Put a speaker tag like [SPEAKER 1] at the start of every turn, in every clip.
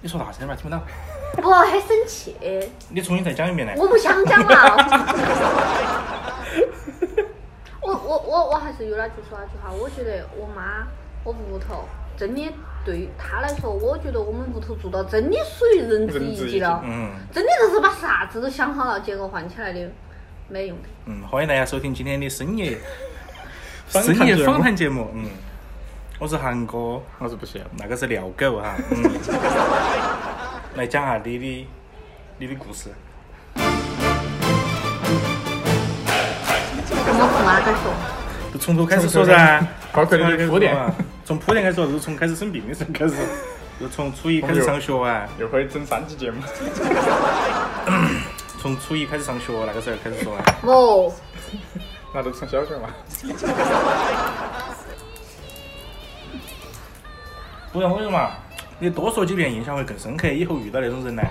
[SPEAKER 1] 你说大声点嘛，听不到。
[SPEAKER 2] 我很生气，
[SPEAKER 1] 你重新再讲一遍来。
[SPEAKER 2] 我不想讲了。 我我我我还是有那句说那句话，我觉得我妈我屋头真的对于她来说，我觉得我们屋头住到真的属于仁至
[SPEAKER 3] 仁至
[SPEAKER 2] 义
[SPEAKER 3] 义
[SPEAKER 2] 尽了，
[SPEAKER 3] 尽
[SPEAKER 1] 嗯
[SPEAKER 2] 真的就是把啥子都想好了，结果换起来的没用的。
[SPEAKER 1] 嗯，欢迎大家收听今天的深夜
[SPEAKER 3] 访谈
[SPEAKER 1] 深夜
[SPEAKER 3] 节目
[SPEAKER 1] 访谈节目。嗯，我是韩哥，
[SPEAKER 3] 我是不行，
[SPEAKER 1] 那个是廖狗哈。 嗯，来讲下你的你的故事。
[SPEAKER 2] 我们从哪开始说？
[SPEAKER 1] 就从头开始说噻，
[SPEAKER 3] 包括你
[SPEAKER 1] 从头开
[SPEAKER 3] 的
[SPEAKER 1] 始
[SPEAKER 3] 铺
[SPEAKER 1] 说
[SPEAKER 3] 垫，
[SPEAKER 1] 啊，从铺垫开始说，就是从开始生病的时候开 始，就从初一开始上学啊，
[SPEAKER 3] 又可以整三期节目。
[SPEAKER 1] 从初一开始上学那个时候开始说啊。
[SPEAKER 2] 哦，
[SPEAKER 3] 那都从小学嘛，
[SPEAKER 1] 不然我跟你说嘛，你多说几遍印象会更深刻，以后遇到那种人呢，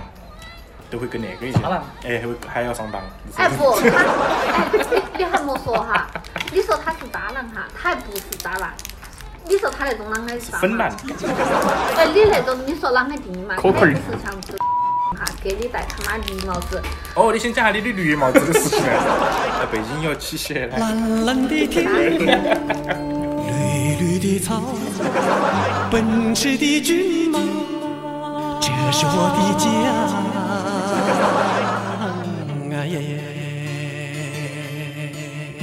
[SPEAKER 1] 都会更那个一些。
[SPEAKER 3] 当然
[SPEAKER 1] 哎，还会还要上当。就是
[SPEAKER 2] 哎不，他哎你你还莫说哈，你说他是渣男哈，他还不是渣男。你说他那种啷个是渣
[SPEAKER 1] 芬
[SPEAKER 2] 男
[SPEAKER 1] 兰？，
[SPEAKER 2] 哎，你那种你说啷个定义嘛？
[SPEAKER 3] 可
[SPEAKER 2] 肯
[SPEAKER 3] 可
[SPEAKER 2] 定
[SPEAKER 3] 儿
[SPEAKER 2] 是像子哈，给你戴他妈绿帽子，
[SPEAKER 1] 哦，你先讲下你的绿帽子的事 情啊，背景要起起来了。
[SPEAKER 4] 蓝蓝的天
[SPEAKER 2] 啊
[SPEAKER 4] 空，绿绿的草，奔驰的骏马，这是我的家。哎呀呀！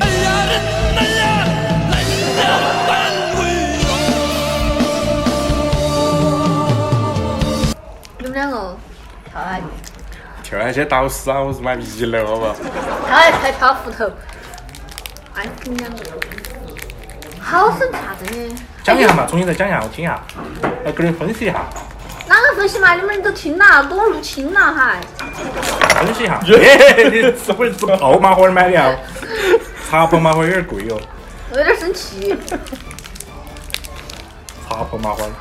[SPEAKER 4] 哎呀，哎呀，哎呀，单位哟。
[SPEAKER 2] 你们两个跳下去，
[SPEAKER 1] 跳下去打死啊！我是妈一楼，好不好？
[SPEAKER 2] 跳下去还跳斧头，哎，你们两个好生怕真的。
[SPEAKER 1] 讲一下嘛，重新再讲一下，我听一下，来给你分析一下，
[SPEAKER 2] 哪哎个分析嘛？你们都听了，给我录清了哈。
[SPEAKER 1] 分析一下。 耶，你只会吃爆麻花儿买的啊？茶泡麻花儿有点贵哦，
[SPEAKER 2] 我有点生气。
[SPEAKER 1] 茶泡麻花儿。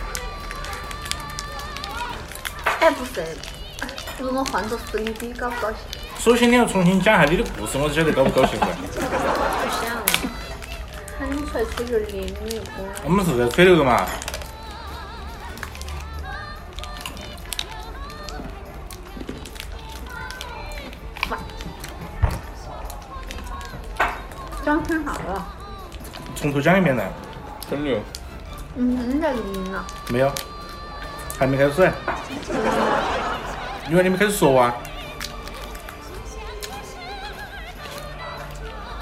[SPEAKER 2] 哎，不是，如果换做是你，你高不高兴？
[SPEAKER 1] 首先你要重新讲一下你的故事，我才晓得高不高兴噻。
[SPEAKER 2] 不想。喊你出来吹牛的，你又不
[SPEAKER 1] 我们是在吹牛的嘛？
[SPEAKER 2] 讲挺好了。
[SPEAKER 1] 从头讲一遍呢？
[SPEAKER 3] 真牛。
[SPEAKER 2] 嗯，真在录音了。
[SPEAKER 1] 没有，还没开始。因为你们开始说啊，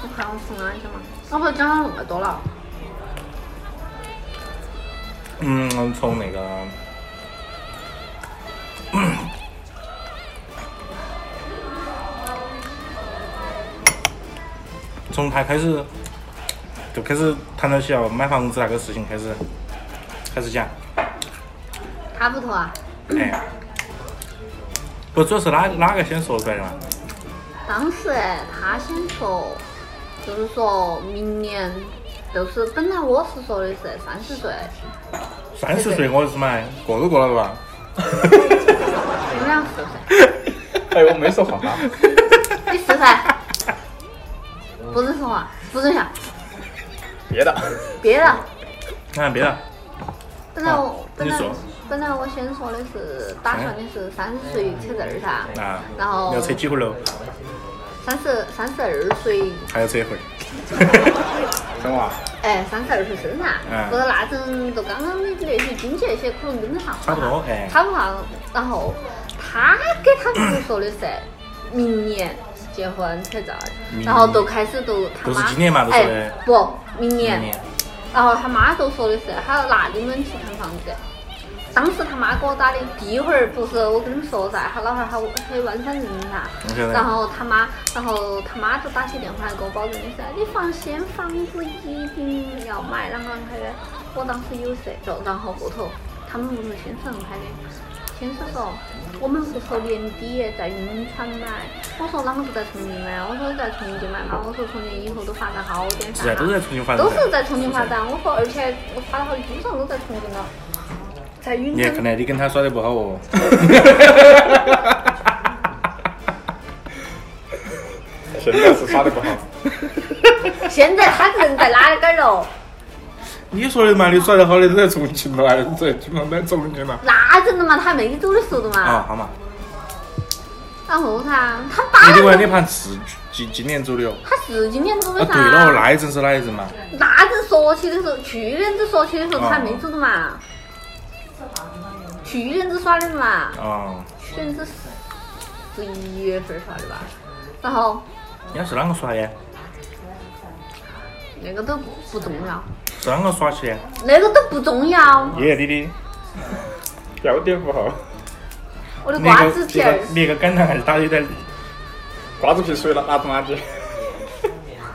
[SPEAKER 2] 我看我从哪里讲嘛？我哦不是讲了那么多了。
[SPEAKER 1] 嗯，从那个， 从他开始就开始谈到起要买房子那个事情开始，开始 讲，
[SPEAKER 2] 他不头啊？
[SPEAKER 1] 哎，不主要是哪哪个先说出来的嘛？
[SPEAKER 2] 当时哎他先说，就是说明年，就是本来我是说的是三十岁，
[SPEAKER 1] 三十岁我是买，过都过了吧？
[SPEAKER 2] 你们俩是不是？
[SPEAKER 3] 哎，我没说话啊，
[SPEAKER 2] 你是噻？不准说话，不准笑，
[SPEAKER 3] 别的。
[SPEAKER 2] 别了。
[SPEAKER 1] 看别的，
[SPEAKER 2] 本来
[SPEAKER 1] 啊
[SPEAKER 2] 我本来
[SPEAKER 1] 你说
[SPEAKER 2] 本来我先说的是打算的是三十岁扯证儿噻，
[SPEAKER 1] 啊，
[SPEAKER 2] 然后
[SPEAKER 1] 要扯几回楼，
[SPEAKER 2] 三十三十二岁，
[SPEAKER 1] 还要扯 一回。
[SPEAKER 3] 真娃，
[SPEAKER 2] 哎，三十二岁生噻
[SPEAKER 1] 嗯，
[SPEAKER 2] 不是那阵都刚刚的那些经济那些可能跟得上，
[SPEAKER 1] 差不多哎
[SPEAKER 2] 差不上。然后他给他们说的是明年结婚扯证儿
[SPEAKER 1] 明，年
[SPEAKER 2] 然后都开始都他
[SPEAKER 1] 都是
[SPEAKER 2] 妈
[SPEAKER 1] 今年嘛都说的
[SPEAKER 2] 哎不明
[SPEAKER 1] 明
[SPEAKER 2] 年，
[SPEAKER 1] 年
[SPEAKER 2] 然后他妈就说的是，他要拿你们去看房子。当时他妈给我打的第一回儿，不是我跟你们说噻，他老汉儿他他有湾山人噻
[SPEAKER 1] 我晓，得
[SPEAKER 2] 然后他妈，然后他妈就打起电话来给我保证的噻，你放心，房子一定要买，啷个啷个的。我当时有事，就然后后头他们屋头先生开的，先生说我们屋头年底在云川买，我说啷个不在重庆买？我说在重庆就买嘛，我说重庆以后都发展好点
[SPEAKER 1] 是
[SPEAKER 2] 噻
[SPEAKER 1] 啊，。都是在重庆发展
[SPEAKER 2] 都
[SPEAKER 1] 的。
[SPEAKER 2] 是在重庆发展。我说，而且我发了好几张都在重庆了，在云
[SPEAKER 1] 你也
[SPEAKER 2] 南
[SPEAKER 1] 看。来你跟他耍得不好哦。
[SPEAKER 3] 现在是耍得不好。
[SPEAKER 2] 现在他人在哪里儿哦？
[SPEAKER 1] 你说的嘛，你耍得好的都在重庆了，还是在金门在重庆了？
[SPEAKER 2] 那真的嘛，他没走的速度
[SPEAKER 1] 啊，
[SPEAKER 2] 嘛。
[SPEAKER 1] 好嘛，
[SPEAKER 2] 然后噻，他爸
[SPEAKER 1] 你另外那盘是今今年走的哦。
[SPEAKER 2] 他是今年走
[SPEAKER 1] 啊，
[SPEAKER 2] 的
[SPEAKER 1] 对了，
[SPEAKER 2] 噻。
[SPEAKER 1] 那一阵是哪一阵嘛？
[SPEAKER 2] 那阵说起的时候，去年子说起的时候
[SPEAKER 1] 哦
[SPEAKER 2] 他没走的嘛。去年子耍的嘛，
[SPEAKER 1] 啊，
[SPEAKER 2] 去年子十一月份耍的吧。然后
[SPEAKER 1] 人家是啷个耍的？
[SPEAKER 2] 那个都不不重要，
[SPEAKER 1] 是啷个耍起的？
[SPEAKER 2] 那个都不重要。
[SPEAKER 1] 爷爷你的
[SPEAKER 3] 标点符号，
[SPEAKER 2] 我的
[SPEAKER 1] 那
[SPEAKER 2] 瓜
[SPEAKER 1] 个
[SPEAKER 2] 子皮
[SPEAKER 1] 这
[SPEAKER 2] 儿
[SPEAKER 1] 个，那个感叹还是打的有点
[SPEAKER 3] 瓜子皮水了，垃圾垃圾，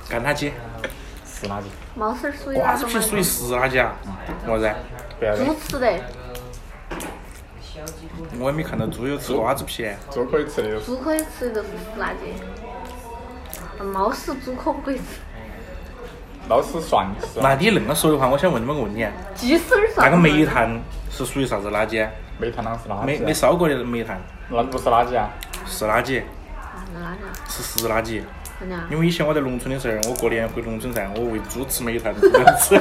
[SPEAKER 1] 干垃圾，
[SPEAKER 3] 是垃圾，
[SPEAKER 2] 毛丝儿属于
[SPEAKER 1] 瓜
[SPEAKER 2] 哪
[SPEAKER 1] 子
[SPEAKER 2] 种
[SPEAKER 1] 皮
[SPEAKER 2] 嘛？
[SPEAKER 1] 属于湿垃圾啊？
[SPEAKER 2] 嗯
[SPEAKER 1] 么子？
[SPEAKER 3] 不要
[SPEAKER 2] 猪
[SPEAKER 3] 的，
[SPEAKER 2] 吃的，
[SPEAKER 1] 我也没看到猪有吃瓜子皮。
[SPEAKER 3] 猪可以吃的，
[SPEAKER 2] 猪可以吃的都是湿垃圾。猫屎猪可不可以吃？
[SPEAKER 3] 老是涮是
[SPEAKER 1] 那你恁个说的话，我想问你们个问题：啊
[SPEAKER 2] 鸡丝儿
[SPEAKER 1] 那
[SPEAKER 2] 算
[SPEAKER 1] 个
[SPEAKER 2] 吗
[SPEAKER 1] 煤炭是属于啥子垃啊圾？
[SPEAKER 3] 煤炭那是垃圾，啊
[SPEAKER 1] 没没烧过的煤炭
[SPEAKER 3] 那不是垃圾啊，
[SPEAKER 1] 是垃圾，
[SPEAKER 2] 啊那哪个
[SPEAKER 1] 是湿垃圾。
[SPEAKER 2] 真的啊？
[SPEAKER 1] 因为以前我在农村的时候，我过年回农村噻，我喂猪吃煤炭，不能吃。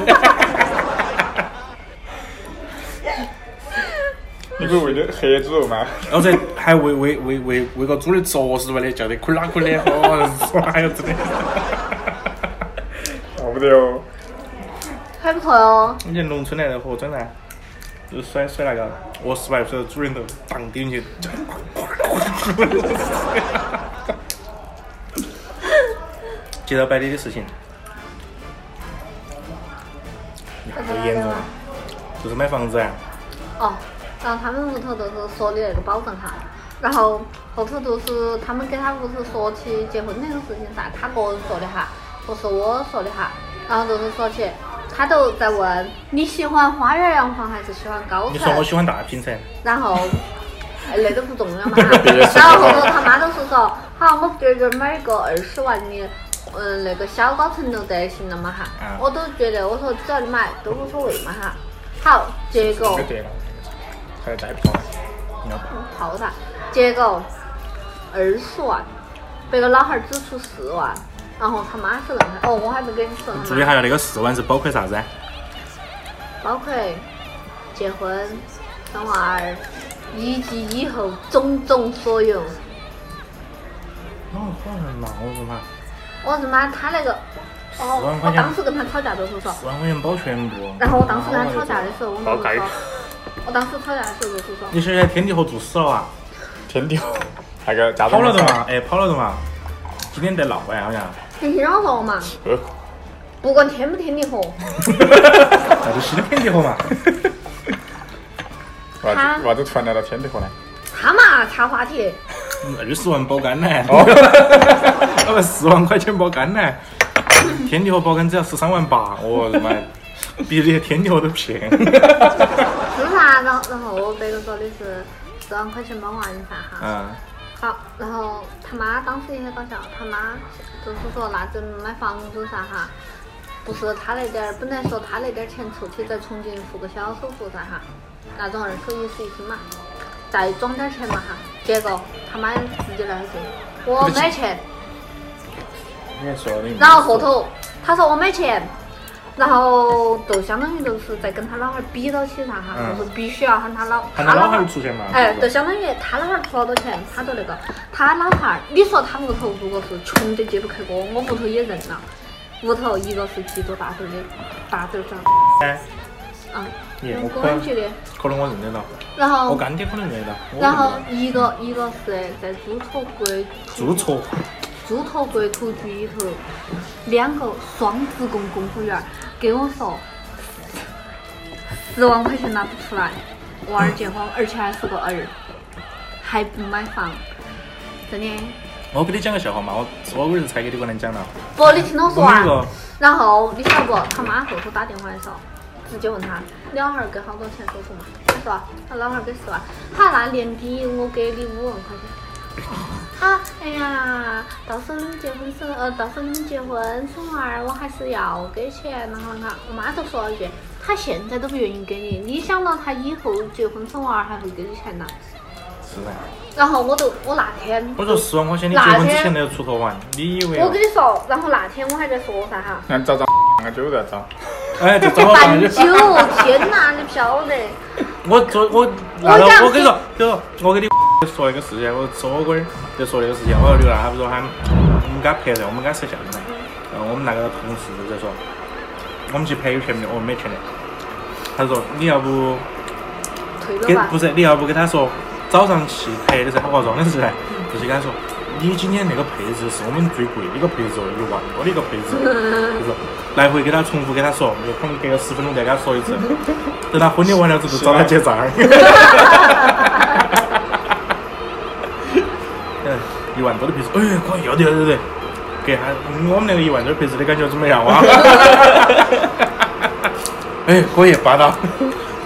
[SPEAKER 3] 你不喂的黑猪 肉吗？
[SPEAKER 1] 然后在还喂喂喂喂喂个猪的啄食出来的，叫得哭啦哭的，哦，哎呀，真的，
[SPEAKER 3] 要不得哦，
[SPEAKER 2] 还不错哦哟。
[SPEAKER 1] 你这农村来的火真来，就甩甩那个我十白甩到猪人头，当丢进去，接到摆地的事情，你看这个严重啊，就是买房子啊，
[SPEAKER 2] 哦，然后他们屋头就是说的那个保证哈，然后后头就是他们给他屋头说起结婚那个事情噻，他个人说的哈，不是我说的哈，然后就是说起他都在问 你喜欢花园洋房还是喜欢高
[SPEAKER 1] 你说我
[SPEAKER 2] 层，
[SPEAKER 1] 喜欢大平层，
[SPEAKER 2] 然后。哎那都不重要嘛
[SPEAKER 3] 别说了，
[SPEAKER 2] 然后后头他妈都是说，好，我侄儿买个二十万的，嗯，那个小高层楼得行了嘛哈
[SPEAKER 1] 嗯，
[SPEAKER 2] 我都觉得，我说只要你买都无所谓嘛哈。好，结果
[SPEAKER 3] 没得了，还要再泡，
[SPEAKER 2] 泡噻，结果二十万，别个老汉儿只出四万，然后他妈是恁个，哦，我还没给你说呢嘛
[SPEAKER 1] 注意一下那个四万是包括啥子啊？
[SPEAKER 2] 包括结婚、生娃儿以及以后种种所有。
[SPEAKER 1] 那我好像嘛，我说嘛，
[SPEAKER 2] 我日妈，他那个，
[SPEAKER 1] 10万
[SPEAKER 2] 哦，
[SPEAKER 1] 块
[SPEAKER 2] 我
[SPEAKER 1] 钱
[SPEAKER 2] 当时跟他吵架就是说，
[SPEAKER 1] 四万块钱包全部。
[SPEAKER 2] 然后我当时跟他吵架的时候，
[SPEAKER 1] 哦
[SPEAKER 2] 我妈就
[SPEAKER 3] 好改
[SPEAKER 2] 说，我当时吵架的时候就是说，哎
[SPEAKER 1] 你现在天地合住死了哇？
[SPEAKER 3] 天丢，那个家
[SPEAKER 1] 跑
[SPEAKER 3] 长
[SPEAKER 1] 了的嘛？哎，跑了的嘛？今天在闹哎，好像。
[SPEAKER 2] 你听我说嘛，
[SPEAKER 3] 呃
[SPEAKER 2] 不管天不天地合，
[SPEAKER 1] 那就新的天地合嘛。
[SPEAKER 3] 为啥子
[SPEAKER 2] 他
[SPEAKER 3] 为啥子突然来到天地河呢？
[SPEAKER 2] 他嘛插话题，
[SPEAKER 1] 二十万包干呢？
[SPEAKER 3] 哦，
[SPEAKER 1] 那不四万块钱包干呢？天地合包干只要十三万八，我的妈！比这些天地合都便 宜。
[SPEAKER 2] 是噻，然后然后我别个说的是四万块钱包完噻哈。
[SPEAKER 1] 嗯，
[SPEAKER 2] 好，然后他妈当时也很搞笑，他妈就是说那阵买房子噻哈，不是他那点儿，本来说他那点儿钱出去在重庆付个小首付噻哈，那种二手一室一厅嘛，再装点儿钱嘛哈，结果他妈直接来一句，我没钱，
[SPEAKER 1] 你说你。
[SPEAKER 2] 然后后。头他说我没钱。然后就相当于就是在跟他老汉儿比到起噻哈，
[SPEAKER 1] 嗯
[SPEAKER 2] 就是必须要喊他老
[SPEAKER 1] 喊他老汉
[SPEAKER 2] 儿
[SPEAKER 1] 儿出现嘛？
[SPEAKER 2] 哎，
[SPEAKER 1] 是
[SPEAKER 2] 就
[SPEAKER 1] 不是
[SPEAKER 2] 相当于他老汉儿出好多钱，他就那个，他老汉儿，你说他屋头如果是穷得揭不开锅，我屋头也认了。屋头一个是极度大嘴的大嘴长，
[SPEAKER 1] 哎，
[SPEAKER 2] 啊，
[SPEAKER 1] 你
[SPEAKER 2] 用
[SPEAKER 1] 我
[SPEAKER 2] 公
[SPEAKER 1] 可
[SPEAKER 2] 安
[SPEAKER 1] 能
[SPEAKER 2] 局的，
[SPEAKER 1] 可能我认得到，
[SPEAKER 2] 然
[SPEAKER 1] 我
[SPEAKER 2] 后
[SPEAKER 1] 干爹可能认得到。我
[SPEAKER 2] 然后
[SPEAKER 1] 认得
[SPEAKER 2] 一个一个是在猪头国
[SPEAKER 1] 到做错，
[SPEAKER 2] 猪头国土局里头，两个双职工公务员儿给我说，十万块钱拿不出来，娃儿结婚，而且还是个儿，还不买房，真的。
[SPEAKER 1] 我给你讲个笑话嘛，我我儿子才给你过来讲了。
[SPEAKER 2] 不，你听我
[SPEAKER 1] 我
[SPEAKER 2] 说
[SPEAKER 1] 们
[SPEAKER 2] 完
[SPEAKER 1] 有。个
[SPEAKER 2] 然后你晓得不？他妈后头打电话的时候，直接问他，你老汉儿给好多钱首付嘛？他说啊他老汉儿给十万，好，那年底我给你五万块钱。啊，哎呀，到时候你们结婚生呃，到时候你们结婚生娃儿，我还是要给钱，然后呢，我妈就说了一句，她现在都不愿意给你，你想到她以后结婚生娃儿还会给你钱呢？
[SPEAKER 1] 是噻。
[SPEAKER 2] 然后我就我那天
[SPEAKER 1] 我说十万块钱，你结婚之前都要出头完，你以为啊
[SPEAKER 2] 我跟？你说，然后那天我还在说�啥哈，
[SPEAKER 3] 看找找，俺就在找，
[SPEAKER 1] 哎，就找我
[SPEAKER 2] 办
[SPEAKER 1] 办
[SPEAKER 2] 酒
[SPEAKER 1] 酒。，
[SPEAKER 2] 天哪，你不晓得，
[SPEAKER 1] 我昨我拿到
[SPEAKER 2] 我想
[SPEAKER 1] 我跟你说，就是我跟你说那个事情，我吃火锅儿就说那个事情，我说刘娜，他不说喊我们给他拍照，我们给他摄像嘛。然后我们那个同事就说，我们去拍有钱没有？我说没钱的。他说你要不
[SPEAKER 2] 退
[SPEAKER 1] 给
[SPEAKER 2] 了吧
[SPEAKER 1] 不。是你要不跟他说早上去拍的时候化妆的时候，就去跟他说，你今天那个配置是我们最贵的一个配置哦，一万多的一个配置，就是来回给他重复给他说，有可能隔个十分钟再给他说一次，等他婚礼完了之后找他结 账。嗯，一万多的配置，哎，可以，要得要得要得，给他嗯我们那个一万多的配置的感觉怎么样哇？哎，可以霸道，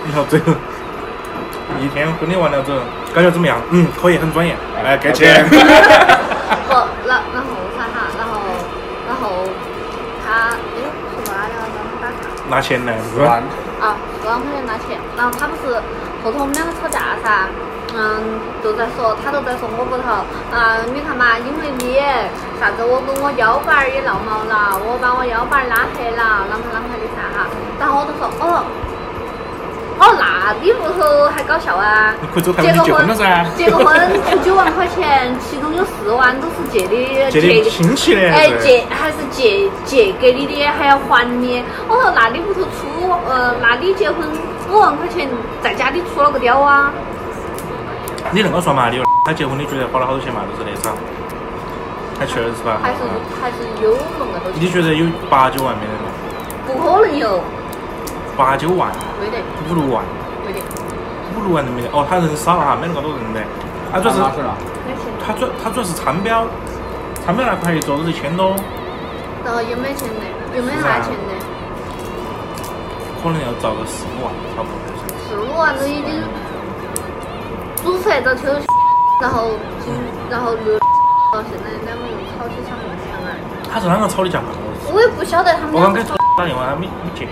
[SPEAKER 1] 你看最后。一天婚礼完了之后，感觉怎么样？嗯，可以，很专业。来，给钱。
[SPEAKER 2] 不，然然后啥哈，然后然后他哎说完了，然后打卡。
[SPEAKER 1] 拿钱来，是吧
[SPEAKER 3] 完？
[SPEAKER 2] 啊，十万块钱拿钱，然后他不是后头我们两个吵架噻，嗯，就在说他都在说我不头，啊、你看嘛，因为你啥子我跟我腰板儿也闹毛了，我把我腰板儿拉黑了，啷个啷个的噻哈，然后我就说哦。哦，那你屋头还搞笑啊
[SPEAKER 1] 你！可以走台
[SPEAKER 2] 结
[SPEAKER 1] 湾结婚
[SPEAKER 2] 个婚
[SPEAKER 1] 了噻，
[SPEAKER 2] 结个婚出九万块钱，其中有四万都是借的，
[SPEAKER 1] 借
[SPEAKER 2] 借
[SPEAKER 1] 的亲戚的，
[SPEAKER 2] 哎，
[SPEAKER 1] 是
[SPEAKER 2] 借还是借借给你的，还要还你。我说那你屋头出呃，那你结婚五万块钱，在家里出了个屌啊！
[SPEAKER 1] 你恁个说嘛，你有他结婚你觉得花了好多钱嘛？就是那场，他确实是吧？
[SPEAKER 2] 还是还是有那么多
[SPEAKER 1] 你
[SPEAKER 2] 钱，
[SPEAKER 1] 觉得有八九万没得嘛？
[SPEAKER 2] 不可能有，
[SPEAKER 1] 八九万、
[SPEAKER 2] 没得
[SPEAKER 1] 五六万、
[SPEAKER 2] 没得，
[SPEAKER 1] 五六万都没得。哦，他人少哈，没那么多人的。他主要是
[SPEAKER 3] 拿去了，
[SPEAKER 2] 没钱，
[SPEAKER 1] 他主他主要是参标，参标那块一桌子一千多，
[SPEAKER 2] 然后也没钱的，也没啥钱的，
[SPEAKER 1] 可能要找个四五万，差不多就是。
[SPEAKER 2] 十五万都已经注册到秋，然后然后六，到现在两个人吵起上来了。
[SPEAKER 1] 他是啷个吵的架嘛？我
[SPEAKER 2] 我也不晓得他们
[SPEAKER 1] 我刚
[SPEAKER 2] 两个
[SPEAKER 1] 给
[SPEAKER 2] 吵，
[SPEAKER 1] 打电话，他没没接。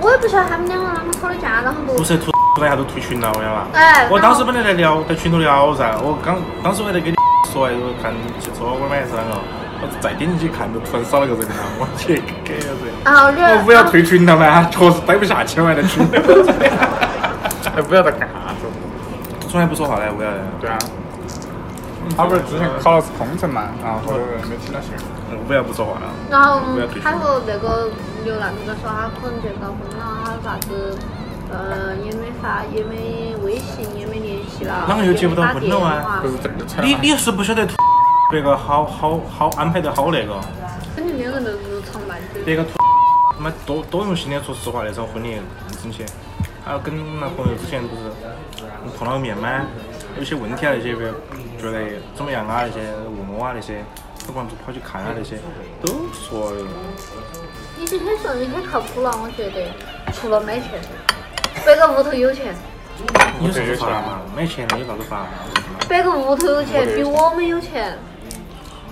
[SPEAKER 2] 我也不晓得他们两个啷个吵的架，然后不
[SPEAKER 1] 不是突突然一下都退群了，我晓得吧？
[SPEAKER 2] 哎，
[SPEAKER 1] 我
[SPEAKER 2] 然后
[SPEAKER 1] 当时本来在聊，在群头聊噻，我刚当时我还在跟你说，哎，我看去吃火锅买还是啷个，我再点进去看，就突然少了个人了，我去，给了人。
[SPEAKER 2] 然后
[SPEAKER 1] 我
[SPEAKER 2] 这
[SPEAKER 1] 不要退群了嘛，确实待不下去了，在群头。
[SPEAKER 3] 还哎不晓得干啥子。
[SPEAKER 1] 从来不说话嘞，我要的。
[SPEAKER 3] 对啊，他不是之前考了空乘嘛，然后后头没听到信儿。
[SPEAKER 1] 我不要不说话了。
[SPEAKER 2] 然后
[SPEAKER 1] 不要退群
[SPEAKER 2] 他说那个刘娜那个说他可能结个婚了，他啥子，呃，也没发，也没微信，也没联系了，
[SPEAKER 1] 啷个又结不到啊婚了嘛
[SPEAKER 2] 也没打
[SPEAKER 3] 不是
[SPEAKER 2] 电话
[SPEAKER 3] 这个车
[SPEAKER 1] 你你是不晓得别个好好好安排得好那个，
[SPEAKER 2] 肯定两个人都是长伴的。
[SPEAKER 1] 别个他妈多多用心的，说实话，那场婚礼真些。还有跟我们男朋友之前不是碰到面吗？有些问题啊那些，比如觉得怎么样啊那些，问我啊那些，我帮助跑去看啊那些，都说了。
[SPEAKER 2] 已经很顺，已经靠谱了，我觉得，除了没钱，别个屋头有钱，
[SPEAKER 1] 有啥子法嘛？没钱了有啥子法嘛？
[SPEAKER 2] 别个屋头有钱比我们有钱，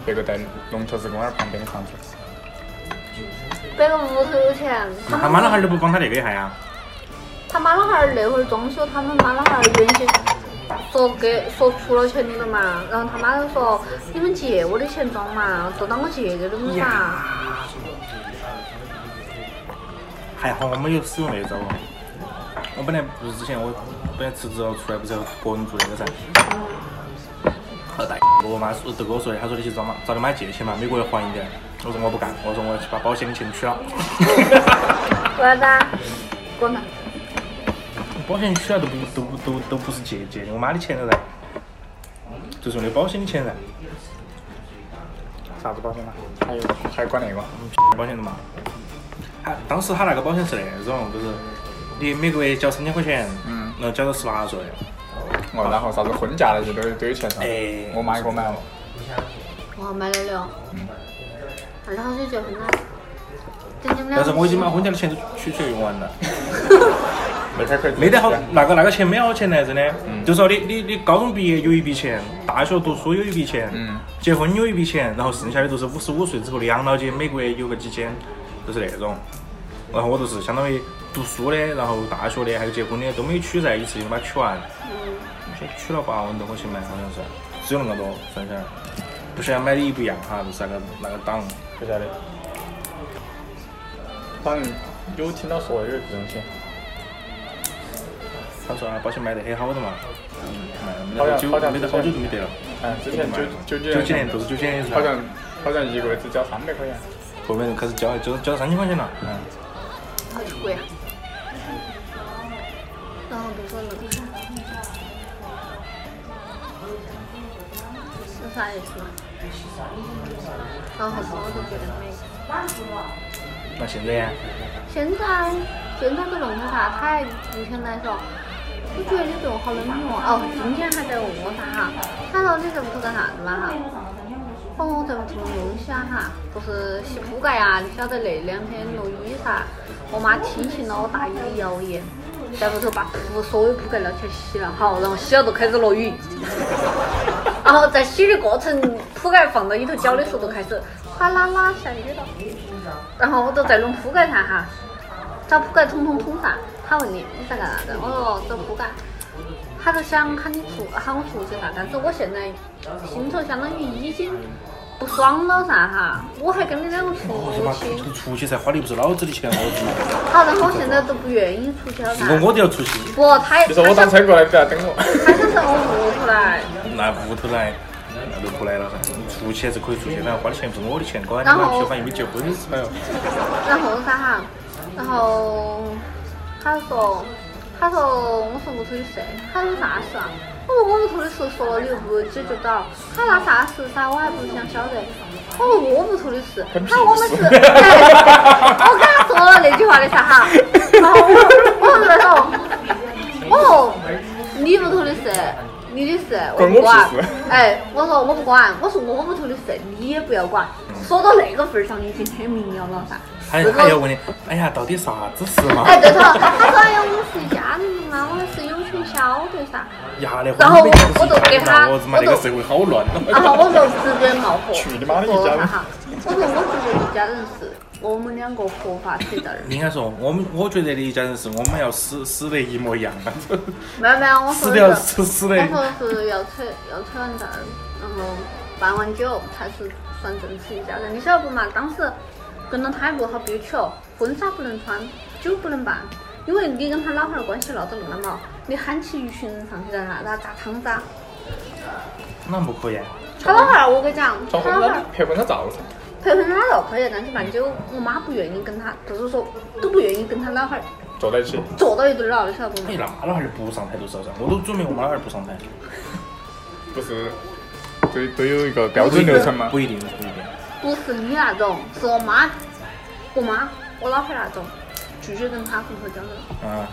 [SPEAKER 3] 别个在龙桥寺公园旁边的房子，
[SPEAKER 2] 别个屋头有钱，
[SPEAKER 1] 那他妈老汉儿都不帮他那个一下呀？
[SPEAKER 2] 他妈老汉儿那会儿装修，他们妈老汉儿原先说给说出了钱的了嘛，然后他妈就说你们借我的钱装嘛，就当我借给你们噻。
[SPEAKER 1] 还好我没有使用那招哦。我本来不是之前我本来辞职了出来不是要个人做那个噻，后来我妈说就跟我说的，她说你去找妈找你妈借钱嘛，每个月还一点。我说我不干，我说我要去把保险的钱取了。
[SPEAKER 2] 为啥子？滚蛋！
[SPEAKER 1] 保险取了都不都不都都不是借借的我妈的钱了噻，就是用的保险的钱噻，
[SPEAKER 3] 啥子保险嘛？还有还管那个？
[SPEAKER 1] 保险的嘛。他当时他那个保险是那种，就是你每个月交三千块钱，
[SPEAKER 3] 嗯
[SPEAKER 1] 然后交到十八岁，
[SPEAKER 3] 哦，然后啥子婚嫁那些都都有钱噻
[SPEAKER 1] 哎。
[SPEAKER 3] 我妈给我买了，
[SPEAKER 2] 我买了了，那他就结婚了。等你们俩
[SPEAKER 1] 但是我已经把婚假的钱都取出来用完了。
[SPEAKER 3] 那才可以。
[SPEAKER 1] 没得好，那个那个钱没好钱来真的，
[SPEAKER 5] 嗯
[SPEAKER 1] 就说你你你高中毕业有一笔钱，大学读书有一笔钱，
[SPEAKER 3] 嗯
[SPEAKER 1] 结婚有一笔钱，然后剩下的都是五十五岁之后的养老金，每个月有个几千，就是那种。然后我就是相当于读书的，然后大学的，还有结婚的都没有取噻，一次性把它取完。先取了八万多块钱嘛，好像是，只有那么多算下来，不晓得买的一不一样哈，就是那个那个档。
[SPEAKER 3] 不晓得。反正
[SPEAKER 5] 有听到说的就是这种些，
[SPEAKER 1] 他说啊，保险卖得很好的嘛，嗯，卖
[SPEAKER 5] 好
[SPEAKER 1] 了
[SPEAKER 5] 像
[SPEAKER 1] 好久，
[SPEAKER 5] 好像
[SPEAKER 1] 没得好久就没得了，
[SPEAKER 3] 哎
[SPEAKER 5] 嗯，之前九九
[SPEAKER 1] 九几
[SPEAKER 5] 几
[SPEAKER 1] 年都是九几年是吧
[SPEAKER 5] 好像好像一个月只交三百块钱，
[SPEAKER 1] 后面开始交交交三千块钱了，嗯，
[SPEAKER 2] 好贵啊。然后比如说冷菜，有啥意思吗？然后很多都觉得没。
[SPEAKER 1] 那现在呀，
[SPEAKER 2] 现在现在的冷菜啥太不现代了，就觉得这种好冷漠。哦，今天还在问我啥哈？他说你这不是干啥子嘛哈？哦，在什么东西啊哈？不是洗铺盖呀？你晓得那两天落雨噻，我妈听信了我大姨的谣言，在屋头把铺所有铺盖捞起来洗了，好，然后洗了就开始落雨，然后在洗的过程，铺盖放到里头搅的时候就开始哗啦啦下雨了，然后我就在弄铺盖噻哈，找铺盖通通通噻。他问你你在干啥子？我说找铺盖。他就想喊你出喊我出去噻，但是我现在心头相当于已经不爽了噻哈，我还跟你两个出
[SPEAKER 1] 我他妈出
[SPEAKER 2] 去，
[SPEAKER 1] 去出去才花的又不是老子的钱，我他妈，
[SPEAKER 2] 好，啊然后我现在都不愿意出去了噻。
[SPEAKER 1] 如果我都要出去，
[SPEAKER 2] 不，他
[SPEAKER 5] 就说我
[SPEAKER 2] 他想
[SPEAKER 5] 打车过来，不要等 我。
[SPEAKER 2] 他想在我屋头来，
[SPEAKER 1] 那屋头来。那都不来了噻，你出去还是可以出去，反正花的钱不是我的钱，管你
[SPEAKER 2] 然
[SPEAKER 1] 妈
[SPEAKER 2] 后
[SPEAKER 1] 去，反正又没结婚是吧？
[SPEAKER 2] 然后噻哈，然后他说他说我说屋头的事，他说啥事啊？我说我屋头的事说了你又不解决到，他那啥事噻，我还不是想晓得。我说我屋头的事，他说我们是，哎我跟他说了那句话的噻哈，然后我我就在说，哦，你屋头的事，你的事我
[SPEAKER 5] 关
[SPEAKER 2] 不
[SPEAKER 5] 我屁
[SPEAKER 2] 管
[SPEAKER 5] 事，
[SPEAKER 2] 哎，我说我不管，我说我屋头的事你也不要管，说到那个份儿上已经很明了了噻。
[SPEAKER 1] 还
[SPEAKER 2] 这个
[SPEAKER 1] 还要问你，哎呀，到底啥子事嘛？
[SPEAKER 2] 哎，对头，他说哎呀，我们是一家人嘛，我们嗯是有权晓得噻。
[SPEAKER 1] 呀嘞，
[SPEAKER 2] 然后
[SPEAKER 1] 我
[SPEAKER 2] 我都给他
[SPEAKER 1] 我他妈
[SPEAKER 2] 我
[SPEAKER 1] 这个
[SPEAKER 2] 都
[SPEAKER 1] 社会好乱啊！
[SPEAKER 2] 然后我就直接冒火，
[SPEAKER 5] 去你妈的一家
[SPEAKER 2] 说
[SPEAKER 5] 人
[SPEAKER 2] 哈，我说我觉得一家人是我们两个合法起的人。
[SPEAKER 1] 应该说，我们我觉得的一家人是我们要死死得一模一样，
[SPEAKER 2] 没有没有，我
[SPEAKER 1] 死
[SPEAKER 2] 说
[SPEAKER 1] 得要
[SPEAKER 2] 的
[SPEAKER 1] 死
[SPEAKER 2] 是，
[SPEAKER 1] 死
[SPEAKER 2] 我
[SPEAKER 1] 得。
[SPEAKER 2] 说的是要扯要扯完证儿，然后嗯办完酒才是算正式一家人。你晓得不嘛？当时跟了他一个好憋屈哦，婚纱不能穿，酒不能办，因为你跟他老汉儿关系闹得那么好，你喊起一群人上去在那打砸汤渣。
[SPEAKER 1] 那不可以啊，
[SPEAKER 2] 他老汉儿，我跟你讲，他
[SPEAKER 5] 找婚
[SPEAKER 2] 老汉
[SPEAKER 5] 纱
[SPEAKER 2] 儿
[SPEAKER 5] 拍婚纱照噻，
[SPEAKER 2] 陪婚纱照可以，但是办酒，我妈不愿意跟他，就是说都不愿意跟他老汉儿
[SPEAKER 5] 坐在一起，
[SPEAKER 2] 坐到一堆儿了，你晓得不
[SPEAKER 1] 哎，
[SPEAKER 2] 嘛？
[SPEAKER 1] 那老汉儿不上台就是了噻，我都准备我们老汉儿不上台，
[SPEAKER 5] 不是
[SPEAKER 3] 都都有一个标准流程嘛。
[SPEAKER 1] 不一定，不一定。
[SPEAKER 2] 不是你那啊种，是我妈，我妈，我老汉儿那种，拒绝跟他回头交流，
[SPEAKER 1] 嗯，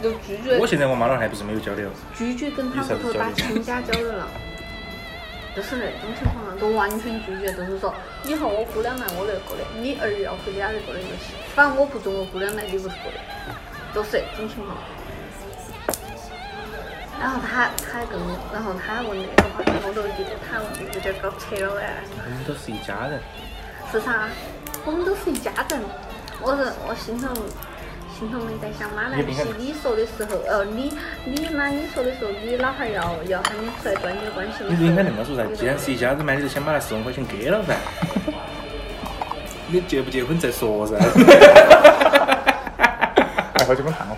[SPEAKER 2] 就拒绝
[SPEAKER 1] 我现在我妈老汉儿还不是没有交流，
[SPEAKER 2] 拒绝跟他回头打亲家交流了。就是那种情况了，都完全拒绝，就是说以后我姑娘来我那过来，你儿要回家那过来就行，反正我不准我姑娘来你屋头过来，就是这种情况。然后他他还跟我，然后他还问那个话题，我都觉得他问的有点搞扯了哎。
[SPEAKER 1] 我嗯们都是一家人。
[SPEAKER 2] 是啥？我们都是一家人。我是我心头心头没在想妈来不是你说的时候，呃，你你妈你说的时候，你老汉儿要要喊你出来断绝关系的
[SPEAKER 1] 你
[SPEAKER 2] 时
[SPEAKER 1] 就
[SPEAKER 2] 候，
[SPEAKER 1] 应该那么说噻，既然是一家人嘛，你就先把那十万块钱给了噻。你结不结婚再说 噻。
[SPEAKER 3] 哎，好久没看了。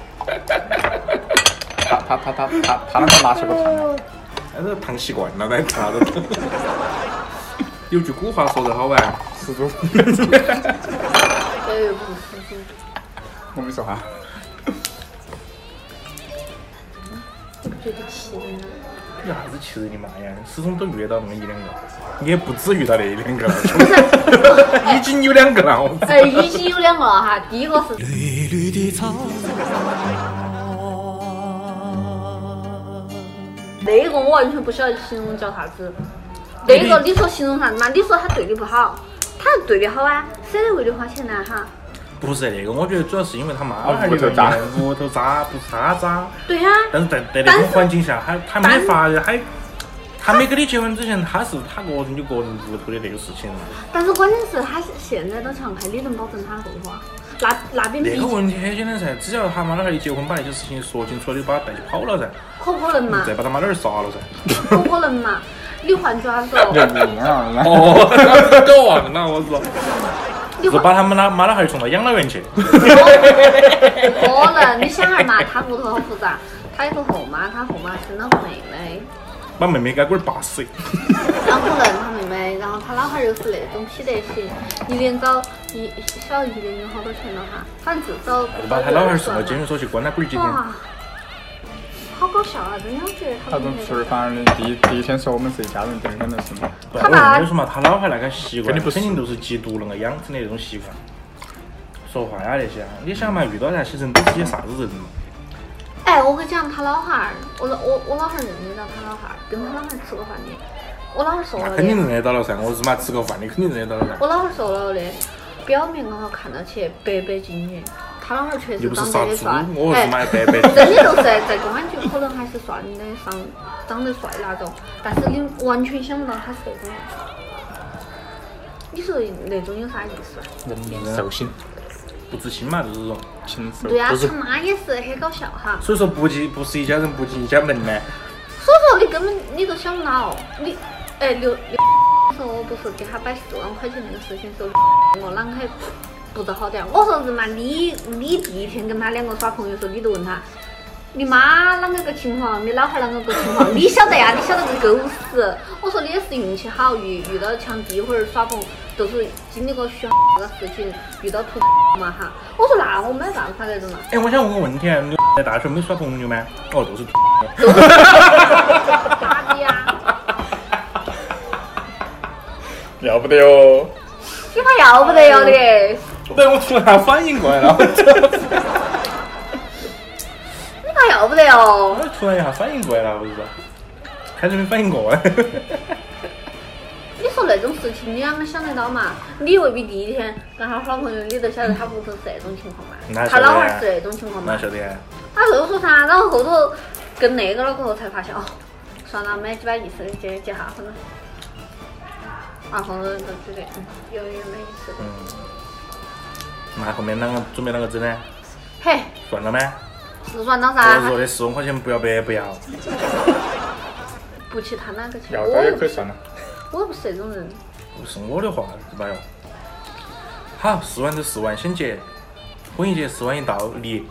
[SPEAKER 3] 他他他他他他啷个拿起个看了？
[SPEAKER 1] 但是烫习惯了，那啥子？ 有句古话说得好哇，
[SPEAKER 3] 十足。
[SPEAKER 2] 这又不是自己
[SPEAKER 3] 我没说话。
[SPEAKER 2] 你不觉得气人吗？
[SPEAKER 1] 有 啥子气人的嘛呀？始终都遇得到那么一两个，你也不止遇到那一两 个了，已经有两个了。我
[SPEAKER 2] 哎，已经有两个了哈，第一个是
[SPEAKER 4] 绿绿的草。
[SPEAKER 2] 那个，我完全不晓得形容叫啥子。那个你说形容啥子嘛？你说他对你不好，他对你好啊，舍得为你花钱呐、哈。
[SPEAKER 1] 不是那个，我觉得主要是因为他妈那儿
[SPEAKER 3] 屋头
[SPEAKER 1] 的
[SPEAKER 3] 渣
[SPEAKER 1] 原因，屋头渣不是他渣，
[SPEAKER 2] 对呀、
[SPEAKER 1] 但是在在那种环境下，他他没
[SPEAKER 2] 但是
[SPEAKER 1] 法还。他没跟你结婚之前，他是他个人有个人屋头的那个事情，
[SPEAKER 2] 但是关键是他现在都强开，你能保证他后话？那那边
[SPEAKER 1] 那
[SPEAKER 2] 毕
[SPEAKER 1] 个
[SPEAKER 2] 竟
[SPEAKER 1] 问题很简单噻，只要他妈老汉儿一结婚，把那些事情说清楚了，就把他带起跑了噻，
[SPEAKER 2] 可不可能嘛
[SPEAKER 1] 再？把他妈老汉儿杀了噻。
[SPEAKER 2] 可不可能嘛？ 你换句话说，
[SPEAKER 3] 要赢了，哦
[SPEAKER 1] 哦，我忘了，我操！
[SPEAKER 2] 你
[SPEAKER 1] 是把他们那妈老汉儿送到养老院去。
[SPEAKER 2] 可能你想下嘛，他屋头好复杂，他有个后妈，他后妈生了个妹妹，
[SPEAKER 1] 把妹妹给龟儿拔死。
[SPEAKER 2] 然后可能他妹妹，然后他老汉儿又是那种匹得型，一年搞一小一年有好多钱了哈，反正至少
[SPEAKER 3] 哎
[SPEAKER 2] 不
[SPEAKER 1] 把
[SPEAKER 2] 到
[SPEAKER 1] 他老汉儿
[SPEAKER 2] 六
[SPEAKER 1] 送
[SPEAKER 2] 十
[SPEAKER 1] 到
[SPEAKER 2] 万
[SPEAKER 1] 监狱
[SPEAKER 2] 嘛。
[SPEAKER 1] 所去关他龟儿几天。
[SPEAKER 2] 哇，好搞笑啊！真的我觉得
[SPEAKER 3] 他
[SPEAKER 2] 他
[SPEAKER 3] 从
[SPEAKER 2] 们
[SPEAKER 3] 吃饭的第一第一天说我们是一家人，第二天就是嘛。
[SPEAKER 1] 不
[SPEAKER 2] 他
[SPEAKER 1] 我
[SPEAKER 2] 爸
[SPEAKER 1] 跟你说嘛，他老汉儿那个习惯，
[SPEAKER 5] 跟你不
[SPEAKER 1] 肯
[SPEAKER 5] 是
[SPEAKER 1] 定都是缉毒那个养成的那种习惯。说话呀那些啊，你想嘛，遇到那些人都是些啥子人嘛？
[SPEAKER 2] 哎，我跟你讲，他老汉儿，我老我我老汉儿认得到他老汉儿，跟他老汉儿吃过饭的，我老汉儿说
[SPEAKER 1] 那
[SPEAKER 2] 了
[SPEAKER 1] 肯定
[SPEAKER 2] 的，
[SPEAKER 1] 认得到了噻，我日妈吃个饭，你肯定认得到了噻。
[SPEAKER 2] 我老汉儿说了的，表面刚好看到起白白净净，他老汉儿确
[SPEAKER 1] 又
[SPEAKER 2] 实
[SPEAKER 1] 不是
[SPEAKER 2] 长
[SPEAKER 1] 杀
[SPEAKER 2] 得也
[SPEAKER 1] 猪
[SPEAKER 2] 帅，，
[SPEAKER 1] 我日妈
[SPEAKER 2] 哎，
[SPEAKER 1] 白白
[SPEAKER 2] 真的就是在公安局可能还是算的上长得帅那种，但是你完全想不到他是那种人。你说那种有啥意思？啊
[SPEAKER 3] 人面兽心，
[SPEAKER 1] 不知心嘛，就是这种。
[SPEAKER 3] 禽兽
[SPEAKER 2] 对啊，
[SPEAKER 3] 不
[SPEAKER 2] 他
[SPEAKER 3] 是
[SPEAKER 2] 妈也是很搞笑哈。
[SPEAKER 1] 所以说不进不是一家人，不进一家门呢。
[SPEAKER 2] 所以说你根本你都想不到，你哎刘刘说我不是给他摆四万块钱那个事情时候，我啷个不知好歹？我说日妈，你你第一天跟他两个耍朋友的时候，你就问他。你妈啷个个情况？你老汉儿啷个个情况？你晓得呀？你晓得个狗屎！我说你也是运气好，遇遇到像第一回儿耍朋友，就是经历过选那个事情，遇到土嘛哈。我说那我没办法那种嘛。
[SPEAKER 1] 哎，我想问个问题啊，你在大学没耍朋友吗？哦，都是
[SPEAKER 2] 傻逼啊！
[SPEAKER 5] 要不得哟。
[SPEAKER 2] 你怕要不得要的。
[SPEAKER 1] 对，我突然反应过来了，
[SPEAKER 2] 你怕要不得哦
[SPEAKER 1] 我！突然一下反应过来了，我是开始没反应过来。
[SPEAKER 2] 你说那种事情，你啷个想得到嘛？你未必第一天跟他耍朋友，你都晓得他屋头是那种情况
[SPEAKER 1] 那
[SPEAKER 2] 嘛，
[SPEAKER 1] 是
[SPEAKER 2] 他
[SPEAKER 1] 的
[SPEAKER 2] 老汉儿是那种情况
[SPEAKER 1] 哪
[SPEAKER 2] 嘛。
[SPEAKER 1] 晓得呀？
[SPEAKER 2] 他就说啥，然后后头跟那个了过后才发现哦，算了，没几把意思的结结下婚了。啊，后头就觉得嗯，有点没意思。
[SPEAKER 1] 嗯，那后面啷个准备啷个整呢？
[SPEAKER 2] 嘿，
[SPEAKER 1] 算了吗？
[SPEAKER 2] 是算到啥
[SPEAKER 1] 我？说的十万块钱不要白不要，
[SPEAKER 2] 不去谈那个钱，
[SPEAKER 3] 要
[SPEAKER 2] 我
[SPEAKER 3] 得
[SPEAKER 2] 又
[SPEAKER 3] 也
[SPEAKER 2] 不
[SPEAKER 3] 可以
[SPEAKER 2] 是，
[SPEAKER 3] 算了。
[SPEAKER 2] 我又不是那种人。
[SPEAKER 1] 不是我的话，对吧哟？好，四万就四万，先结，婚一结四万一到，离，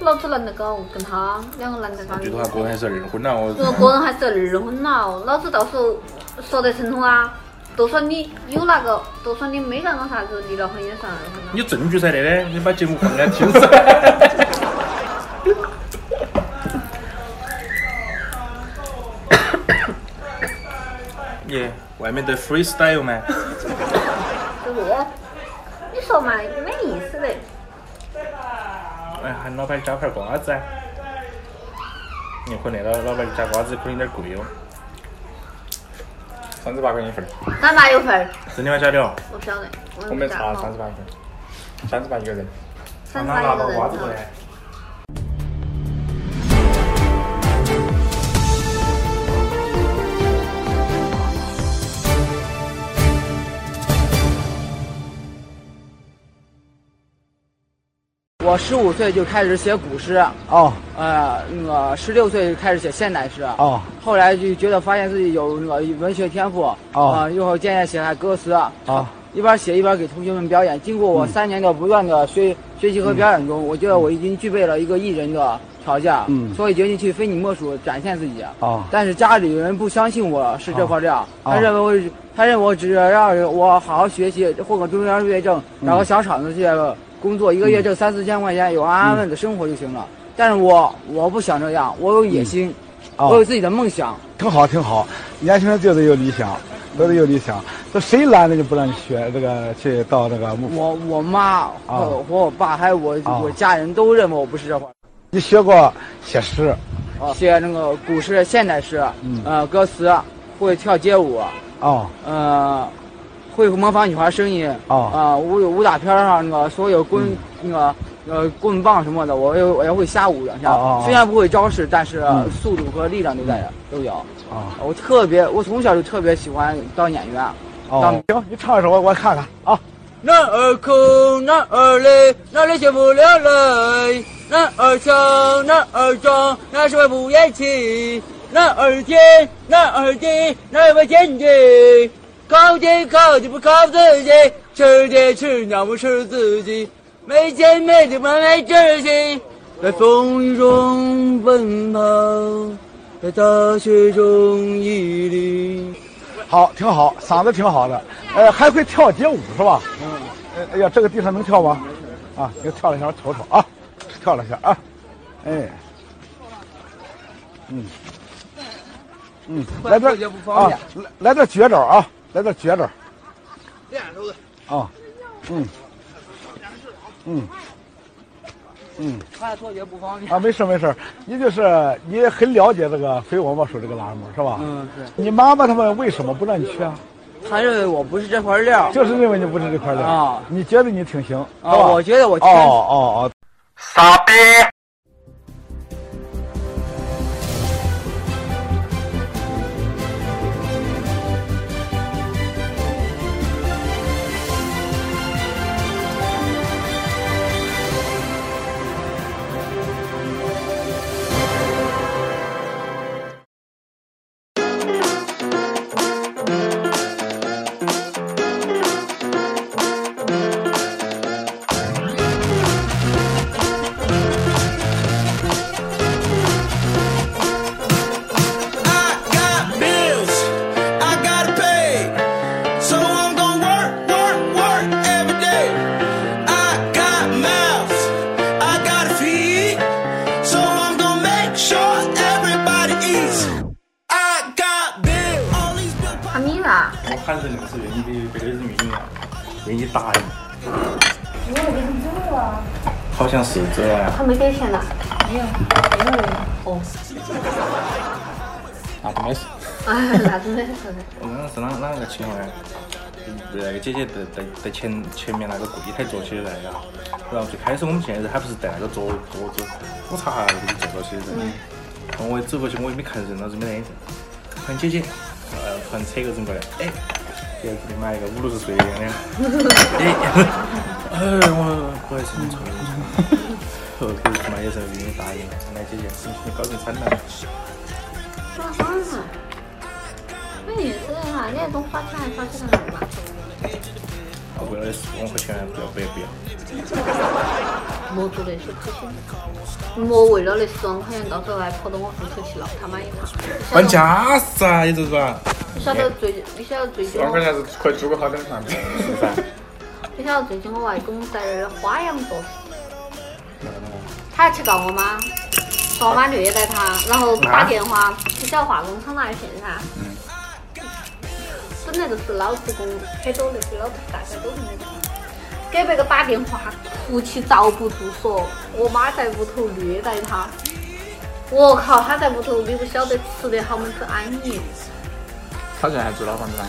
[SPEAKER 2] 老子男的搞，跟他两个男的搞。
[SPEAKER 1] 最多还个人还是二婚了，我
[SPEAKER 2] 我个人还是二婚了，老子到时候说得成通啊！就算你有那个，就算你没干过啥子，离了婚也算二婚了。
[SPEAKER 1] 你证据在那呢，你把节目放给他听噻。 耶，外面的 freestyle 吗？
[SPEAKER 2] 这个，你说嘛，没意思的。
[SPEAKER 1] 哎，喊老板加盘瓜子啊！你可能老老板加瓜子可能有点贵哦，
[SPEAKER 3] 三十八块钱一份儿，
[SPEAKER 2] 三八有份儿，
[SPEAKER 1] 真的吗？假的哦？
[SPEAKER 2] 我不晓得，我也
[SPEAKER 3] 我
[SPEAKER 2] 没
[SPEAKER 3] 们
[SPEAKER 2] 加
[SPEAKER 3] 查
[SPEAKER 2] 好。
[SPEAKER 3] 三十八一份儿，三十八一个人。
[SPEAKER 2] 三十八一个人啊
[SPEAKER 1] 子过
[SPEAKER 2] 哈。
[SPEAKER 1] 来？
[SPEAKER 6] 我十五岁就开始写古诗，
[SPEAKER 7] 哦
[SPEAKER 6] 呃，那个十六岁就开始写现代诗，
[SPEAKER 7] 哦
[SPEAKER 6] 后来就觉得发现自己有那个文学天赋，
[SPEAKER 7] 哦
[SPEAKER 6] 啊又会渐渐写下歌词，啊
[SPEAKER 7] 哦嗯
[SPEAKER 6] 一边写一边给同学们表演。经过我三年的不断的学、学习和表演中，我觉得我已经具备了一个艺人的 条件，
[SPEAKER 7] 嗯
[SPEAKER 6] 所以决定去非你莫属展现自己。啊
[SPEAKER 7] 哦
[SPEAKER 6] 但是家里人不相信我是这块料，
[SPEAKER 7] 哦
[SPEAKER 6] 他认为我是他认为我只要我好好学习，混个中央毕业证，
[SPEAKER 7] 嗯
[SPEAKER 6] 找个小厂子去工作，一个月挣三四千块钱，有安安稳稳的生活就行
[SPEAKER 7] 嗯
[SPEAKER 6] 了。但是我我不想这样，我有野心，
[SPEAKER 7] 哦
[SPEAKER 6] 我有自己的梦想。
[SPEAKER 7] 挺好，挺好。年轻人就是有理想，都是有理想。这谁拦着你不让你学这个去到这个幕府？
[SPEAKER 6] 我我妈和、
[SPEAKER 7] 哦
[SPEAKER 6] 和我爸还有我、
[SPEAKER 7] 哦
[SPEAKER 6] 我家人都认为我不是这块料。
[SPEAKER 7] 你学过写诗？
[SPEAKER 6] 写那个古诗、现代诗，
[SPEAKER 7] 哦嗯
[SPEAKER 6] 呃，歌词，会跳街舞，
[SPEAKER 7] 哦
[SPEAKER 6] 呃，会模仿女孩声音，
[SPEAKER 7] 哦嗯
[SPEAKER 6] 呃，武武打片上那个所有棍、那个呃棍棒什么的，我也我也会瞎舞两下，
[SPEAKER 7] 哦哦哦
[SPEAKER 6] 虽然不会招式，但是、
[SPEAKER 7] 嗯
[SPEAKER 6] 速度和力量都在都有。
[SPEAKER 7] 哦
[SPEAKER 6] 我特别，我从小就特别喜欢当演员。
[SPEAKER 7] 哦
[SPEAKER 6] 当，
[SPEAKER 7] 行，你唱一首我我看看啊。
[SPEAKER 6] 男儿哭，男儿累，哪里学不了泪？男儿强，男儿壮，哪是外不言弃？男儿天，男儿地，哪里不天地？靠天靠地不靠自己，
[SPEAKER 8] 吃的吃鸟不吃自己，没钱没地方来窒息，在风雨中奔跑，在大雪中屹立。
[SPEAKER 7] 好，挺好，嗓子挺好的，呃，还会跳街舞是吧？嗯。哎呀，这个地上能跳吗？啊，给跳了一下，瞅瞅啊，跳了一下啊，哎，嗯，嗯，来
[SPEAKER 8] 关节
[SPEAKER 7] 点
[SPEAKER 8] 不方
[SPEAKER 7] 啊
[SPEAKER 8] 便，
[SPEAKER 7] 来来点绝招啊，来点绝招
[SPEAKER 8] 练出的，
[SPEAKER 7] 啊，嗯，嗯，嗯。
[SPEAKER 8] 怕脱节不方便。
[SPEAKER 7] 啊，没事没事，你就是你很了解这个非我莫属这个栏目是吧？
[SPEAKER 8] 嗯，是。
[SPEAKER 7] 你妈妈他们为什么不让你去啊？
[SPEAKER 8] 他认为我不是这块料，
[SPEAKER 7] 就是认为你不是这块料
[SPEAKER 8] 啊
[SPEAKER 7] 你觉得你挺行是吧？
[SPEAKER 8] 啊，我觉得我
[SPEAKER 7] 哦
[SPEAKER 8] 天生
[SPEAKER 7] 哦哦，
[SPEAKER 4] I got bills, I gotta pay, so I'm gonna work, work, work every day. I got mouths, I gotta feed, so I'm gonna make sure everybody eats. I got bills, all these bills.
[SPEAKER 2] 阿米啦，
[SPEAKER 1] 我喊人是愿意被被人运啊，愿意打你。
[SPEAKER 2] 你也给你做了，
[SPEAKER 1] 好像是这样。
[SPEAKER 2] 他没给钱了。
[SPEAKER 3] 那啊就没事。
[SPEAKER 2] 哎，那真的是。
[SPEAKER 1] 我刚刚是哪哪个情况呢？那个姐姐在在在前前面那个柜台坐起来呀、然后最开始我们进来的时候，她不是带那个桌桌子，我茶那个坐到起人，然后我走过去我也没看人了，就没得眼睛。突然姐姐，呃，突然扯个人过来，哎，要给你买一个五六十岁的样的，哎，哎，我我还是你错了。后头他妈也是给你答应了，来姐姐，你高兴惨了。
[SPEAKER 2] 说啥呢？那也是嘛，你那种花钱还花起来嘛？
[SPEAKER 1] 我为了四万块钱，不要不要不要。
[SPEAKER 2] 莫做那些苦心，莫为了那十万块钱，到时候还跑到我分手去闹他妈一场。
[SPEAKER 1] 搬家噻，也就是说，
[SPEAKER 2] 你晓得最近，你晓得最近
[SPEAKER 5] 万块
[SPEAKER 2] 我，
[SPEAKER 5] 钱是快租个好点房子，是噻。
[SPEAKER 2] 你晓得最近我外公在那儿花样做事，他还去告我妈，说我妈虐待他，然后打电话，你晓得化工厂那一片噻？本来嗯就是老职工，很多那些老大家都是那种。给别个打电话，哭起遭不住，说我妈在屋头虐待他。我靠，他在屋头，你不晓得吃得好么子安逸。
[SPEAKER 3] 他现在还住老房子吗？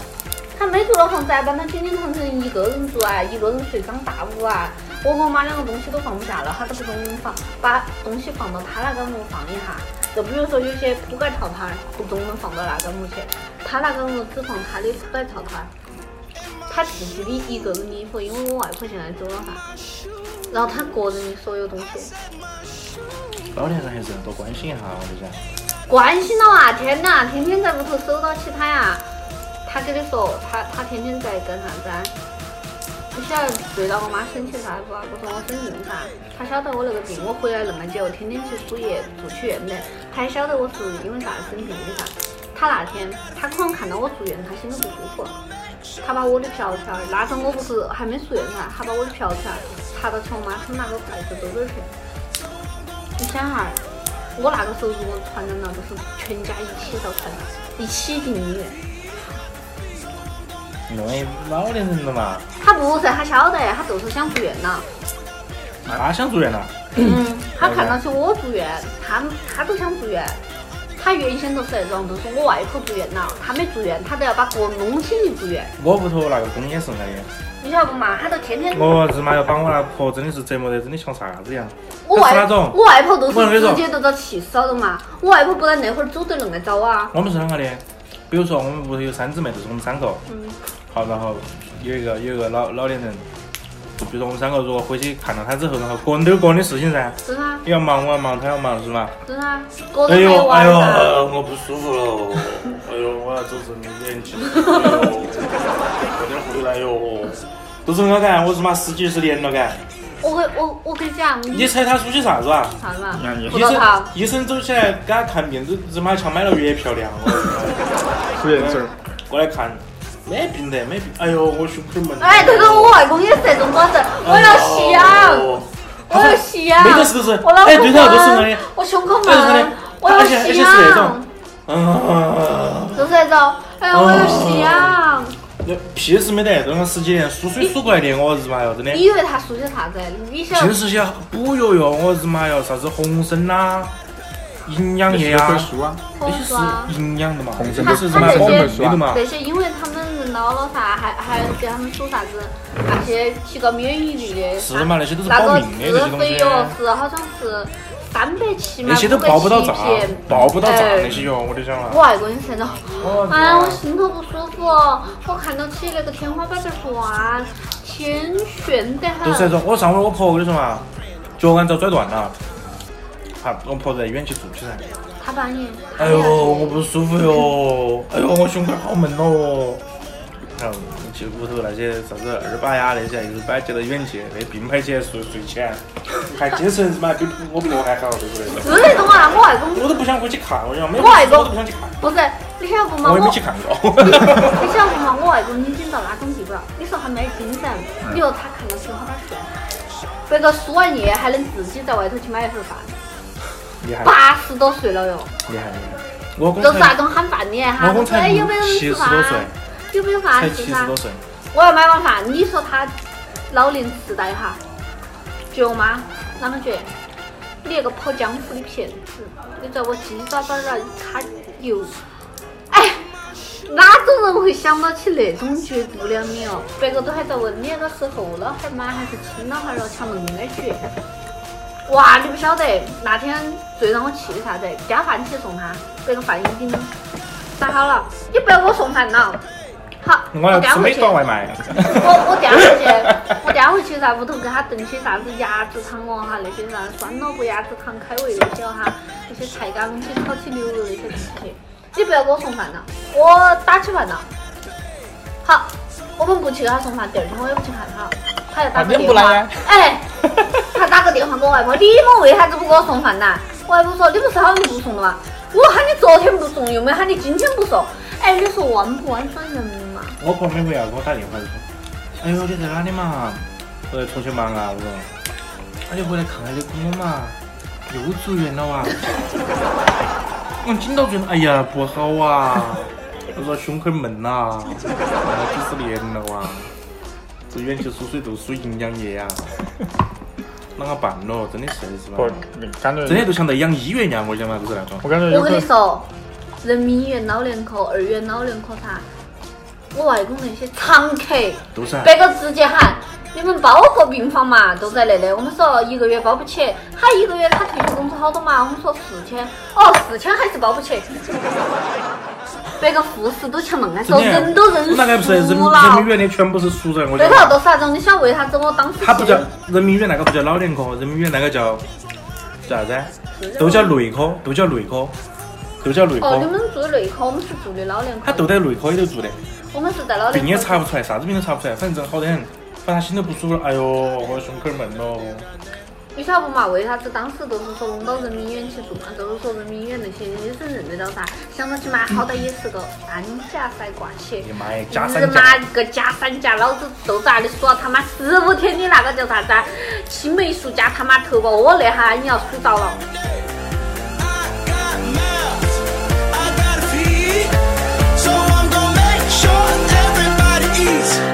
[SPEAKER 2] 他没住老房子啊，搬到京津唐城一个人住啊，一个人睡张大屋啊。我跟我妈两个东西都放不下了，他都不给我们放，把东西放到他那个屋放一下。就比如说有些铺盖套摊，不给我们放到那个屋去，他那个屋只放他的铺盖套摊，他自己的一个人的衣服，因为我外婆现在走了噻，然后他个人的所有东西。
[SPEAKER 1] 老年人还是要多关心一下，我跟你讲。
[SPEAKER 2] 关心了啊！天哪，天天在屋头守到起他呀。他跟你说，他他天天在干啥子啊？你晓得对到我妈生气啥不啊？不说我生病噻，他晓得我那个病，我回来那么久，天天去输液、住去院的，他还晓得我是因为啥子生病的噻。他那天，他可能看到我住院，他心里不舒服，他把我的瓢瓢，那时候我不是还没住院噻，他把我的瓢瓢插到起我妈手那个筷子兜兜去。你想哈、我那个时候如果传染了，就是全家一起遭传染，一起进医院。
[SPEAKER 1] 因为老年人了嘛，
[SPEAKER 2] 他不是，他晓得，他就是想住院了。
[SPEAKER 1] 他想住院了，
[SPEAKER 2] 嗯，他看到起我住院，他他都想住院。他原先都是那种，就是我外婆住院了，他没住院，他都要把锅弄起你住院。
[SPEAKER 1] 我屋头那个公也是那的，
[SPEAKER 2] 你晓得不嘛？他都天天
[SPEAKER 1] 我日妈要把我那婆真的是折磨得真的像啥子样。
[SPEAKER 2] 我
[SPEAKER 1] 他是
[SPEAKER 2] 外
[SPEAKER 1] 那种
[SPEAKER 2] 我外婆都
[SPEAKER 1] 我跟
[SPEAKER 2] 是
[SPEAKER 1] 你说
[SPEAKER 2] 直接都遭气死了的嘛。我外婆不然那会儿走得恁个早啊。
[SPEAKER 1] 我们是啷个的？比如说我们屋头有三姊妹，就是我们三个。好，然后有一个有一个老老年人，就比如说我们三个如果回去看到他之后，然后各人都有各人的事情噻，
[SPEAKER 2] 是啊，
[SPEAKER 1] 你要忙我要忙，他要忙是吧？
[SPEAKER 2] 是啊，各
[SPEAKER 1] 哎
[SPEAKER 2] 人还
[SPEAKER 1] 呦
[SPEAKER 2] 有
[SPEAKER 1] 哎
[SPEAKER 2] 娃
[SPEAKER 1] 呦，
[SPEAKER 2] 噻。
[SPEAKER 1] 我不舒服了，哎呦，我要走神经炎去了，哎呦，快点回来哟。都是我干，我日妈十几二十年了干。
[SPEAKER 2] 我跟我我跟你讲，
[SPEAKER 1] 你猜他出去啥子啊？
[SPEAKER 2] 啥嘛？
[SPEAKER 1] 医
[SPEAKER 2] 葡萄
[SPEAKER 1] 生
[SPEAKER 2] 糖，
[SPEAKER 1] 医生走起来给他看病，都日妈像买了月票一样。我日
[SPEAKER 5] 出现证，
[SPEAKER 1] 妈过来看，没病的，没病。哎呦，我胸口闷。
[SPEAKER 2] 哎，这个我外公也是这种瓜子，我要吸啊！
[SPEAKER 1] 哦
[SPEAKER 2] 我要吸啊！
[SPEAKER 1] 没得是不是
[SPEAKER 2] 我脑
[SPEAKER 1] 哎
[SPEAKER 2] 壳
[SPEAKER 1] 对头都是我
[SPEAKER 2] 闷
[SPEAKER 1] 的，
[SPEAKER 2] 我胸口
[SPEAKER 1] 对哎是我的
[SPEAKER 2] 闷，我要
[SPEAKER 1] 而且而且
[SPEAKER 2] 吸
[SPEAKER 1] 是那
[SPEAKER 2] 啊
[SPEAKER 1] 种！哦嗯，
[SPEAKER 2] 就是这种，哎呀，我要吸啊！
[SPEAKER 1] 那屁事没得，这个十几年输水输过来的，我日妈哟，真的。
[SPEAKER 2] 你以为他说些啥子？你想
[SPEAKER 1] 平时些补药哟，我日妈哟，啥子红参啊啦、营养液
[SPEAKER 5] 本
[SPEAKER 1] 啊，
[SPEAKER 5] 书啊，
[SPEAKER 2] 我
[SPEAKER 1] 那些
[SPEAKER 2] 说啊
[SPEAKER 1] 是营养的嘛，
[SPEAKER 5] 红参
[SPEAKER 1] 那是什么
[SPEAKER 2] 它它
[SPEAKER 1] 红
[SPEAKER 2] 这些
[SPEAKER 1] 的的嘛？
[SPEAKER 2] 这些，因为他们人老了噻，还还给他们说啥子那些提高免疫力的，
[SPEAKER 1] 是嘛那些都是
[SPEAKER 2] 那
[SPEAKER 1] 保
[SPEAKER 2] 个
[SPEAKER 1] 命的这些
[SPEAKER 2] 自
[SPEAKER 1] 东
[SPEAKER 2] 费
[SPEAKER 1] 西，
[SPEAKER 2] 药是好像是三百七嘛，
[SPEAKER 1] 那些都报不到账
[SPEAKER 2] 五百七一片，
[SPEAKER 1] 报不到账啊
[SPEAKER 2] 哎
[SPEAKER 1] 那些药，我就想
[SPEAKER 2] 我
[SPEAKER 1] 了。哦啊
[SPEAKER 2] 外公也是那种，哎呀，我心头不舒服，我看到起那个天花板在转，天旋得
[SPEAKER 1] 都是那
[SPEAKER 2] 很。
[SPEAKER 1] 种，我上回我婆我跟你说嘛，脚杆遭拽断了，她我婆在医院去住起噻。
[SPEAKER 2] 他半夜，
[SPEAKER 1] 哎呦，我不舒服哟！哎呦，我胸口好闷哦！然后去屋头那些啥子二八呀那些，又摆接到医院去，那并排起来睡睡起来，看精神他妈比我婆还好，对不对？
[SPEAKER 2] 是那种啊，我外公
[SPEAKER 1] 我都不想回去看，我讲没有
[SPEAKER 2] 我还
[SPEAKER 1] 我都不想去看，
[SPEAKER 2] 不是，你晓得不嘛？
[SPEAKER 1] 我也没
[SPEAKER 2] 我
[SPEAKER 1] 去看过。
[SPEAKER 2] 你晓得不嘛？我外公已经到那种地步了，你说他没精神，你说他看到天花板睡，别个输完液还能自己在外头去买一份饭，
[SPEAKER 1] 厉害
[SPEAKER 2] 八十多岁了哟，
[SPEAKER 1] 厉害！我公
[SPEAKER 2] 都是那
[SPEAKER 1] 才
[SPEAKER 2] 种喊半年
[SPEAKER 1] 我
[SPEAKER 2] 哈
[SPEAKER 1] 公，才
[SPEAKER 2] 哎有没有人
[SPEAKER 1] 七
[SPEAKER 2] 吃
[SPEAKER 1] 十多岁
[SPEAKER 2] 饭？，有没有饭
[SPEAKER 1] 才
[SPEAKER 2] 吃
[SPEAKER 1] 七
[SPEAKER 2] 噻
[SPEAKER 1] 十多？岁，
[SPEAKER 2] 我要买碗饭，你说他老年痴呆哈，绝吗？啷个绝？你那个跑江湖的骗子，你在我鸡爪爪那儿一卡油，哎，哪种人会想到起那种绝度两米哦？别个都还在问你那个是厚脑海吗？还是轻脑海了？强硬的绝。哇，你不晓得那天最让我气的啥子？加饭去送他，别个饭已经打好了，你不要给我送饭了。好，
[SPEAKER 1] 我要
[SPEAKER 2] 干
[SPEAKER 1] 吃
[SPEAKER 2] 回
[SPEAKER 1] 美
[SPEAKER 2] 去。
[SPEAKER 1] 团外卖。
[SPEAKER 2] 我我掉回去，我掉回去在屋头给他炖些啥子鸭子汤哦哈，那些啥子酸萝卜鸭子汤、开胃那些哦哈，那些菜干东西、烤起牛肉那些东西。你不要给我送饭了，我打起饭了。好，我们不去给他送饭，第二天我也不去看他，他要打
[SPEAKER 3] 啊
[SPEAKER 2] 个
[SPEAKER 3] 你
[SPEAKER 2] 电
[SPEAKER 3] 不来
[SPEAKER 2] 话
[SPEAKER 3] 呀。
[SPEAKER 2] 哎，他打个电话给我外婆，你们为啥子不给我送饭呢？我外婆说你不是好久不送了吗？我喊你昨天不送，又没喊你今天不送。哎，你说弯不弯转人嘛？
[SPEAKER 1] 我婆每回要给我打电话就说：“哎呦，你在哪里嘛？我在重庆忙啊。”我说：“那就回来看下你公公嘛，又住院了哇！”我紧到最后，哎呀，不好啊！我说胸口闷呐、啊，几十年了哇！住院去输水都输营养液啊，啷个办咯？真的是是吧
[SPEAKER 5] 我？感觉
[SPEAKER 1] 真的都像在养医院一样，我讲嘛，都是那种。
[SPEAKER 5] 我感觉
[SPEAKER 2] 我
[SPEAKER 5] 有可
[SPEAKER 2] 跟你
[SPEAKER 5] 能
[SPEAKER 2] 说，人民医院老年科、二院老年科啥，我外公那些常客，
[SPEAKER 1] 都是啊
[SPEAKER 2] 别个直接喊你们包个病房嘛，都在那里。我们说一个月包不起，他一个月他退休工资好多嘛？我们说四千，哦，四千还是包不 起。别个护士都强硬的说，
[SPEAKER 1] 真的啊
[SPEAKER 2] 人都认
[SPEAKER 1] 那个不是人人
[SPEAKER 2] 输
[SPEAKER 1] 民医
[SPEAKER 2] 了。
[SPEAKER 1] 院的全部是熟人，我
[SPEAKER 2] 对
[SPEAKER 1] 讲。
[SPEAKER 2] 头都是那种，你晓得为啥子我当时
[SPEAKER 1] 它不
[SPEAKER 2] 去
[SPEAKER 1] 叫人民医院那个不叫老年科，人民医院那个叫叫啥子？都叫内科，都叫内科，都叫内
[SPEAKER 2] 哦，你
[SPEAKER 1] 科。
[SPEAKER 2] 们住的内科，我们是住的老年
[SPEAKER 1] 他都
[SPEAKER 2] 科，
[SPEAKER 1] 在内科里头住的，
[SPEAKER 2] 我们是在老年
[SPEAKER 1] 病
[SPEAKER 2] 科。
[SPEAKER 1] 也查不出来，啥子病都查不出来，反正好得很。反正他心头不舒服了，哎呦，我胸口闷咯。
[SPEAKER 2] 你晓得不嘛？为啥子当时都是说弄到人民医院去住嘛？都是说人民医院那些医生认得到噻，想到起嘛，好歹也是个安家噻，挂起
[SPEAKER 1] 哎。呀妈呀，加
[SPEAKER 2] 日
[SPEAKER 1] 三
[SPEAKER 2] 妈
[SPEAKER 1] 加，
[SPEAKER 2] 个假三甲，老子都在那里数了他妈十五天，你那个叫啥子啊？青霉素加他妈头孢，我那哈你要数到了。
[SPEAKER 4] I got mouths, I gotta feed, so I'm gonna make sure everybody eats.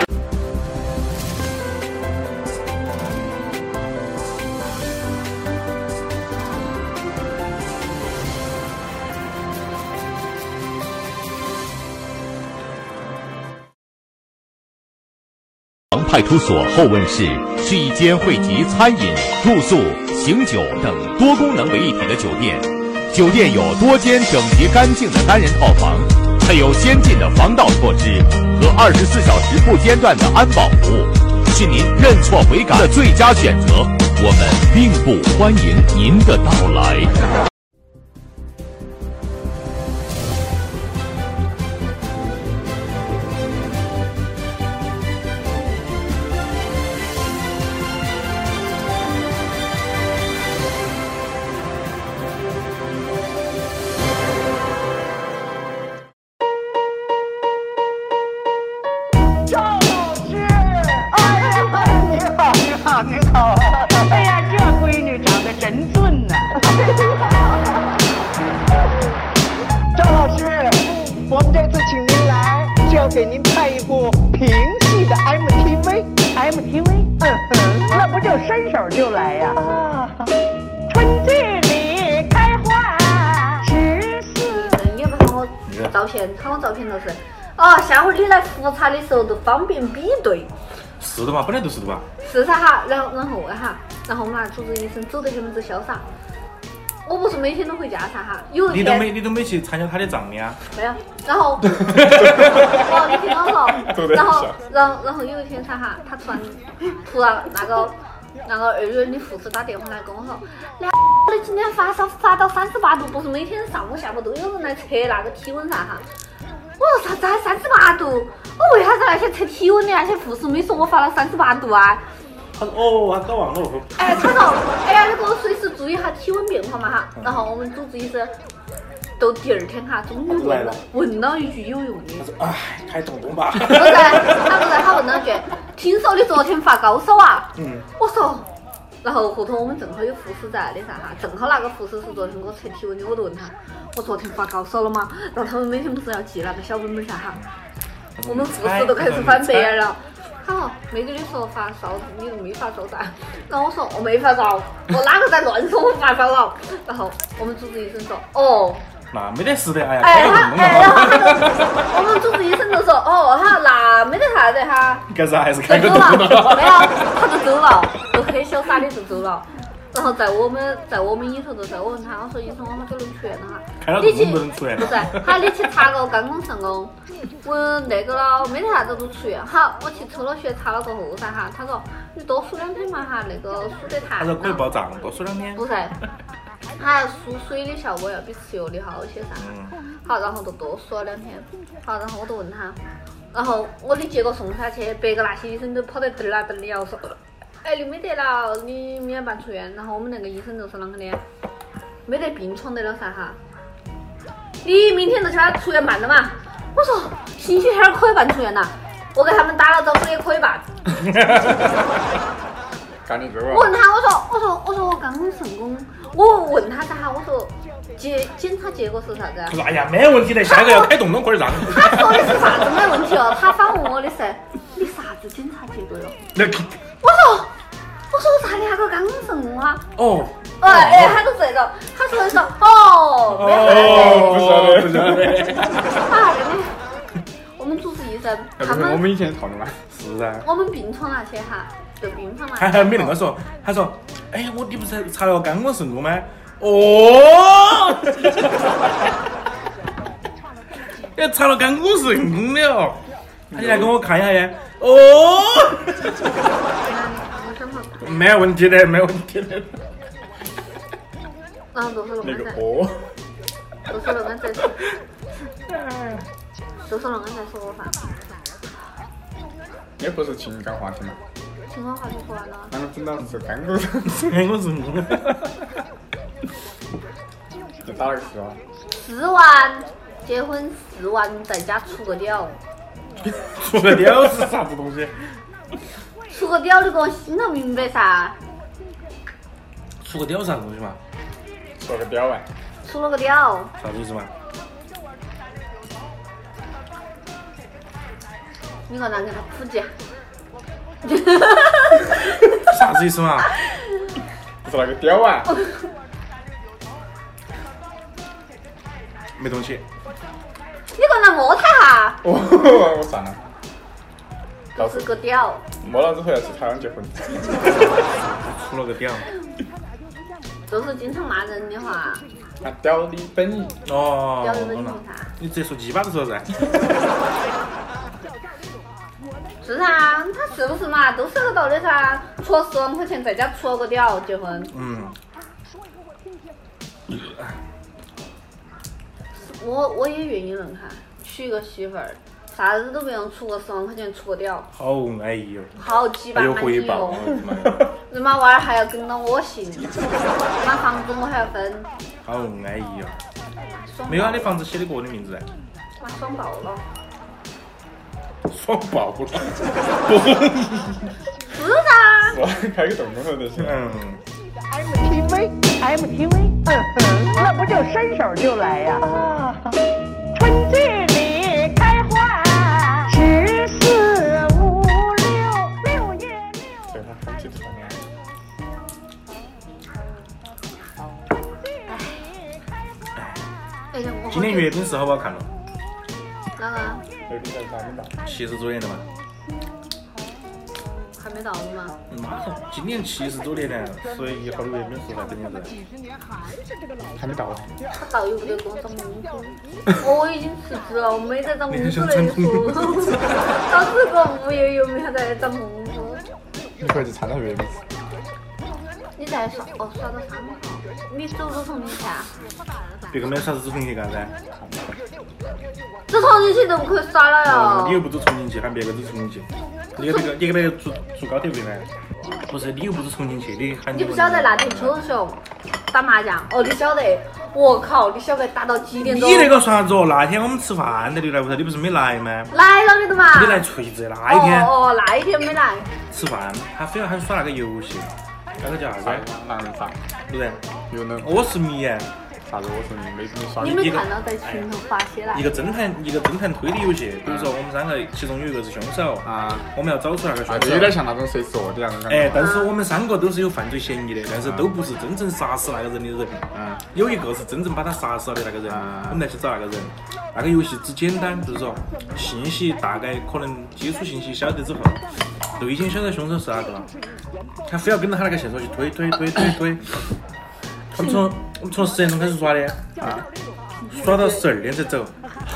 [SPEAKER 9] 王派出所后问室是一间汇集餐饮、住宿、醒酒等多功能为一体的酒店。酒店有多间整洁干净的单人套房，配有先进的防盗措施和二十四小时不间断的安保服务，是您认错悔改的最佳选择。我们并不欢迎您的到来。
[SPEAKER 10] 哎我们这次请您来，就要给您拍一部平戏的 MTV。MTV？嗯哼，啊那不就伸手就来呀、春季里开花十四。
[SPEAKER 2] 也不看我照片，看我照片都是，哦，下回你来复查的时候都方便比对。
[SPEAKER 1] 是的嘛，本来就是的嘛。
[SPEAKER 2] 是噻哈，然后然后哈，然后我们那主治医生走得那么子潇洒，我不是每天都回家噻哈，有一
[SPEAKER 1] 你都
[SPEAKER 2] 天
[SPEAKER 1] 没你都没去参加他的葬礼啊？
[SPEAKER 2] 没有，然 后，哦，你听我说，然后，然后，然后有一天噻哈，他突然，突然那个那个二院的护士打电话来跟我说，那你今天发烧发到三十八度，不是每天上午下午都有人来测那个体温噻哈。我说啥子啊？三十八度？我为啥子那些测体温的那些护士没说我发了三十八度啊？
[SPEAKER 1] 他说哦，他搞忘了。
[SPEAKER 2] 哎，他说，哎呀，你给我随时注意一下体温变化嘛哈。
[SPEAKER 1] 嗯
[SPEAKER 2] 然后我们主治医生到第二天哈，终
[SPEAKER 1] 啊
[SPEAKER 2] 于
[SPEAKER 1] 来
[SPEAKER 2] 问
[SPEAKER 1] 了
[SPEAKER 2] 问了一句有用的，
[SPEAKER 1] 哎，开动动吧。
[SPEAKER 2] 不是，他不是，他问了句，听说你昨天发高烧啊？
[SPEAKER 1] 嗯，
[SPEAKER 2] 我说，然后后头我们正好有护士在的噻哈，正好那个护士是昨天给我测体温的，我就问他，我昨天发高烧了吗？然后他们每天不是要记那个小本本噻哈，我们护士都开始翻 白眼了。他说没跟你说发烧，你都没发烧噻。然后我说我没发烧，我哪个在乱说我发烧了？然后我们主治医生说哦，
[SPEAKER 1] 那没得事的，哎呀，
[SPEAKER 2] 哎
[SPEAKER 1] 开个
[SPEAKER 2] 他
[SPEAKER 1] 动动
[SPEAKER 2] 哎，然后
[SPEAKER 1] 吧。
[SPEAKER 2] 他就 我们主治医生就说哦哈那没得啥子哈，
[SPEAKER 1] 干啥还是开
[SPEAKER 2] 就
[SPEAKER 1] 个
[SPEAKER 2] 走
[SPEAKER 1] 动
[SPEAKER 2] 了，没
[SPEAKER 1] 动吧。
[SPEAKER 2] 有，他就走了，就很潇洒的就走了。然后在我们在我们里头就在我问他，我说医生，我们这能出院了
[SPEAKER 1] 开
[SPEAKER 2] 哈
[SPEAKER 1] 了？
[SPEAKER 2] 你
[SPEAKER 1] 动
[SPEAKER 2] 去
[SPEAKER 1] 动不能出院
[SPEAKER 2] 不是，他你去查个肝功肾功，我那个了，没得啥子都出院。好，我去抽了血查了过后噻哈，他说你多输两天嘛哈，那个输得
[SPEAKER 1] 他
[SPEAKER 2] 痰
[SPEAKER 1] 说可以
[SPEAKER 2] 呐。
[SPEAKER 1] 报账，多说两天。
[SPEAKER 2] 不是，他输水的效果要比吃药的好些噻。
[SPEAKER 1] 嗯
[SPEAKER 2] 好，然后就多输了两天。好，然后我就问他，然后我的结果送他去，别个那些医生都跑得嘚儿啦嘚儿的，我说，哎，你没得了，你明天办出院。然后我们那个医生就说啷个的，没得病床得了噻哈。你明天就去他出院办了嘛？我说星期天儿可以办出院呐，我给他们打了招呼也可以办。
[SPEAKER 5] 赶紧给
[SPEAKER 2] 我问
[SPEAKER 5] 我。
[SPEAKER 2] 他，我说，我说，我说我刚刚成功。我问他噻，我说结检查结果是啥子啊
[SPEAKER 1] 他？说 哎呀，没问题的，下个要开动动快点让。
[SPEAKER 2] 他说的是啥子没问题哦，他反问我的是你啥子检查结果哟？
[SPEAKER 1] 那
[SPEAKER 2] 我说，我说我咋的那个刚刚成功啊？
[SPEAKER 1] 哦，
[SPEAKER 2] 哎哎，他就这种，他说的是哦，没啥子，
[SPEAKER 1] 哦，不晓得不晓得。
[SPEAKER 2] 他那个我们主治医生
[SPEAKER 5] 哎
[SPEAKER 2] 他
[SPEAKER 5] 不是，我
[SPEAKER 2] 们
[SPEAKER 5] 们以前 讨论嘛。
[SPEAKER 1] 是啊。
[SPEAKER 2] 我们病床那些哈，就病房
[SPEAKER 1] 还
[SPEAKER 2] 那
[SPEAKER 1] 还
[SPEAKER 2] 些。
[SPEAKER 1] 没那个说，他说，哎，我你不是查了肝功肾功吗？哦，哎，查了肝功肾功了，他就来给我看一下呀。哦，
[SPEAKER 2] 我想说
[SPEAKER 1] 没有问题的，没有问题的。
[SPEAKER 2] 然后就是那
[SPEAKER 5] 那
[SPEAKER 2] 个
[SPEAKER 5] 个
[SPEAKER 2] 噻。
[SPEAKER 5] 哦，
[SPEAKER 2] 都说了刚才，都说了刚才说我烦，
[SPEAKER 5] 也不是情感话题嘛，
[SPEAKER 2] 情况话就说完了。
[SPEAKER 5] 反正真的是干狗，
[SPEAKER 1] 肝功肾功，
[SPEAKER 5] 就打了个四万，
[SPEAKER 2] 四万结婚四万，在家出个屌，
[SPEAKER 1] 出个屌是啥子东西？
[SPEAKER 2] 出个屌你给我心头明白噻？
[SPEAKER 1] 出个屌是啥子东西嘛？
[SPEAKER 5] 说个屌万，
[SPEAKER 2] 出了个屌，
[SPEAKER 1] 啥子意思嘛？
[SPEAKER 2] 你个人给他普及。
[SPEAKER 1] 啥子意思嘛？
[SPEAKER 5] 是那个屌万，
[SPEAKER 1] 没东西。
[SPEAKER 2] 你个人摸他哈，
[SPEAKER 5] 哦，我算了，老
[SPEAKER 2] 是
[SPEAKER 5] 子
[SPEAKER 2] 个屌，
[SPEAKER 5] 摸了之后要去台湾结婚，
[SPEAKER 1] 出了个屌。
[SPEAKER 2] 就是经常骂人的话，
[SPEAKER 5] 那屌的本意，
[SPEAKER 1] 哦
[SPEAKER 2] 屌的文明噻。
[SPEAKER 1] 你直接说鸡巴就说噻。哦
[SPEAKER 2] 是啊，他是不是嘛？都是个道理噻。出了十万块钱，在家出了个屌，结婚。
[SPEAKER 1] 嗯，
[SPEAKER 2] 我我也愿意认哈，娶一个媳妇儿，啥子都不用，出个十万块钱出个屌，
[SPEAKER 1] 好安逸哟，
[SPEAKER 2] 好鸡巴
[SPEAKER 1] 还有
[SPEAKER 2] 满
[SPEAKER 1] 哎回
[SPEAKER 2] 意
[SPEAKER 1] 报，
[SPEAKER 2] 哦
[SPEAKER 1] 我。的妈呀
[SPEAKER 2] 人妈娃儿还要跟到我姓，人妈房子我还要分，
[SPEAKER 1] 好安逸哟。
[SPEAKER 2] 爽
[SPEAKER 1] 没有啊，你房子写的过我的名字嘞，
[SPEAKER 2] 妈爽爆了。
[SPEAKER 1] 爽爆了。
[SPEAKER 2] 是啊，
[SPEAKER 5] 是吧？开个动动头就行了。
[SPEAKER 1] 嗯，
[SPEAKER 10] MTV MTV，嗯哼，那不就伸手就来呀、春季里
[SPEAKER 1] 丝好不好看了？
[SPEAKER 2] 那个
[SPEAKER 5] 有点像咱们吧。
[SPEAKER 1] 七十周年的嘛，
[SPEAKER 2] 还没到呢吗？
[SPEAKER 1] 马上今年七十周年了，所以一号六月没出来，肯定是。
[SPEAKER 5] 还没到啊，
[SPEAKER 2] 他导游不得给我找工作，我已经辞职了，我没在找工作的意思。到这个无业游民还在找工作，
[SPEAKER 5] 你可以去参加月饼。
[SPEAKER 2] 你在刷哦刷到三号，你走这同情啊？
[SPEAKER 1] 别个买啥子主题干噻？
[SPEAKER 2] 这同情线都不可以刷了
[SPEAKER 1] 嗯你又
[SPEAKER 2] 哟。
[SPEAKER 1] 不走重庆去，喊别个走重庆去，你给别个你给别个坐坐高铁费噻？不是，你又不走重庆去，你喊
[SPEAKER 2] 你不晓得那天秋熊打麻将，哦，你晓得？我靠，你晓得打到几点
[SPEAKER 1] 你
[SPEAKER 2] 钟？
[SPEAKER 1] 那个算啥子哦？那天我们吃饭在刘来屋头，你不是没来吗？
[SPEAKER 2] 来了你的嘛？
[SPEAKER 1] 你来锤子那一天
[SPEAKER 2] 哦哦，那一天没来。
[SPEAKER 1] 吃饭，他非要喊耍那个游戏，那个叫啥子？
[SPEAKER 5] 男人啥？
[SPEAKER 1] 对不对？
[SPEAKER 5] 有能
[SPEAKER 1] 我是迷眼，
[SPEAKER 5] 啥子？我说你没没耍
[SPEAKER 2] 你
[SPEAKER 5] 你
[SPEAKER 2] 没看到在群头发起来
[SPEAKER 1] 一？个侦探，一个侦探推理游戏。比如说我们三个，其中有一个是凶手，
[SPEAKER 5] 啊，
[SPEAKER 1] 我们要找出那个
[SPEAKER 5] 啊，
[SPEAKER 1] 凶
[SPEAKER 5] 就
[SPEAKER 1] 手
[SPEAKER 5] 有。点像那种谁做的那种感觉。
[SPEAKER 1] 哎，但是我们三个都是有犯罪嫌疑的，但是都不是真正杀死那个人的人。
[SPEAKER 5] 嗯，
[SPEAKER 1] 有一个是真正把他杀死了的那个人
[SPEAKER 5] 啊，
[SPEAKER 1] 我们来去找那个人。那个游戏只简单，就是说信息大概可能基础信息晓得之后，都已经晓得凶手是哪个了，他非要跟着他那个线索去推推推推推。我们从我们从十点钟开始耍的啊，耍到十二点才走，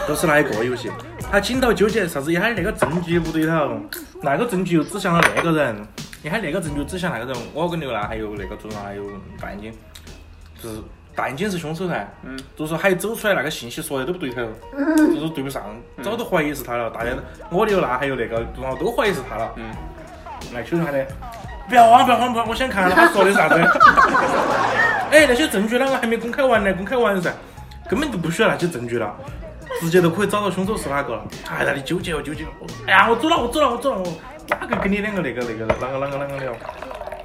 [SPEAKER 1] 都是那一个游戏。他紧到纠结啥子？一喊那个证据不对头，那个证据又指向了那个人，一喊那个证据指向那个人。我跟刘娜还有那个朱娜还有大眼睛，就是大眼睛是凶手噻。嗯。就是说还走出来那个信息说的都不对头，就是对不上，早都怀疑是他了。大家都我刘娜还有那个朱娜都怀疑是他了。嗯。那凶手喊的，不要慌不要慌不要慌，我先看了他说的啥子。 哎，那些证据啷个还没公开完呢？公开完噻，根本就不需要那些证据了，直接都可以找到凶手是哪个了。哎，那里纠结哦，纠结哦。哎呀，我走了，我走了，我走了，我哪个跟你两个那个那个啷个啷个啷个了？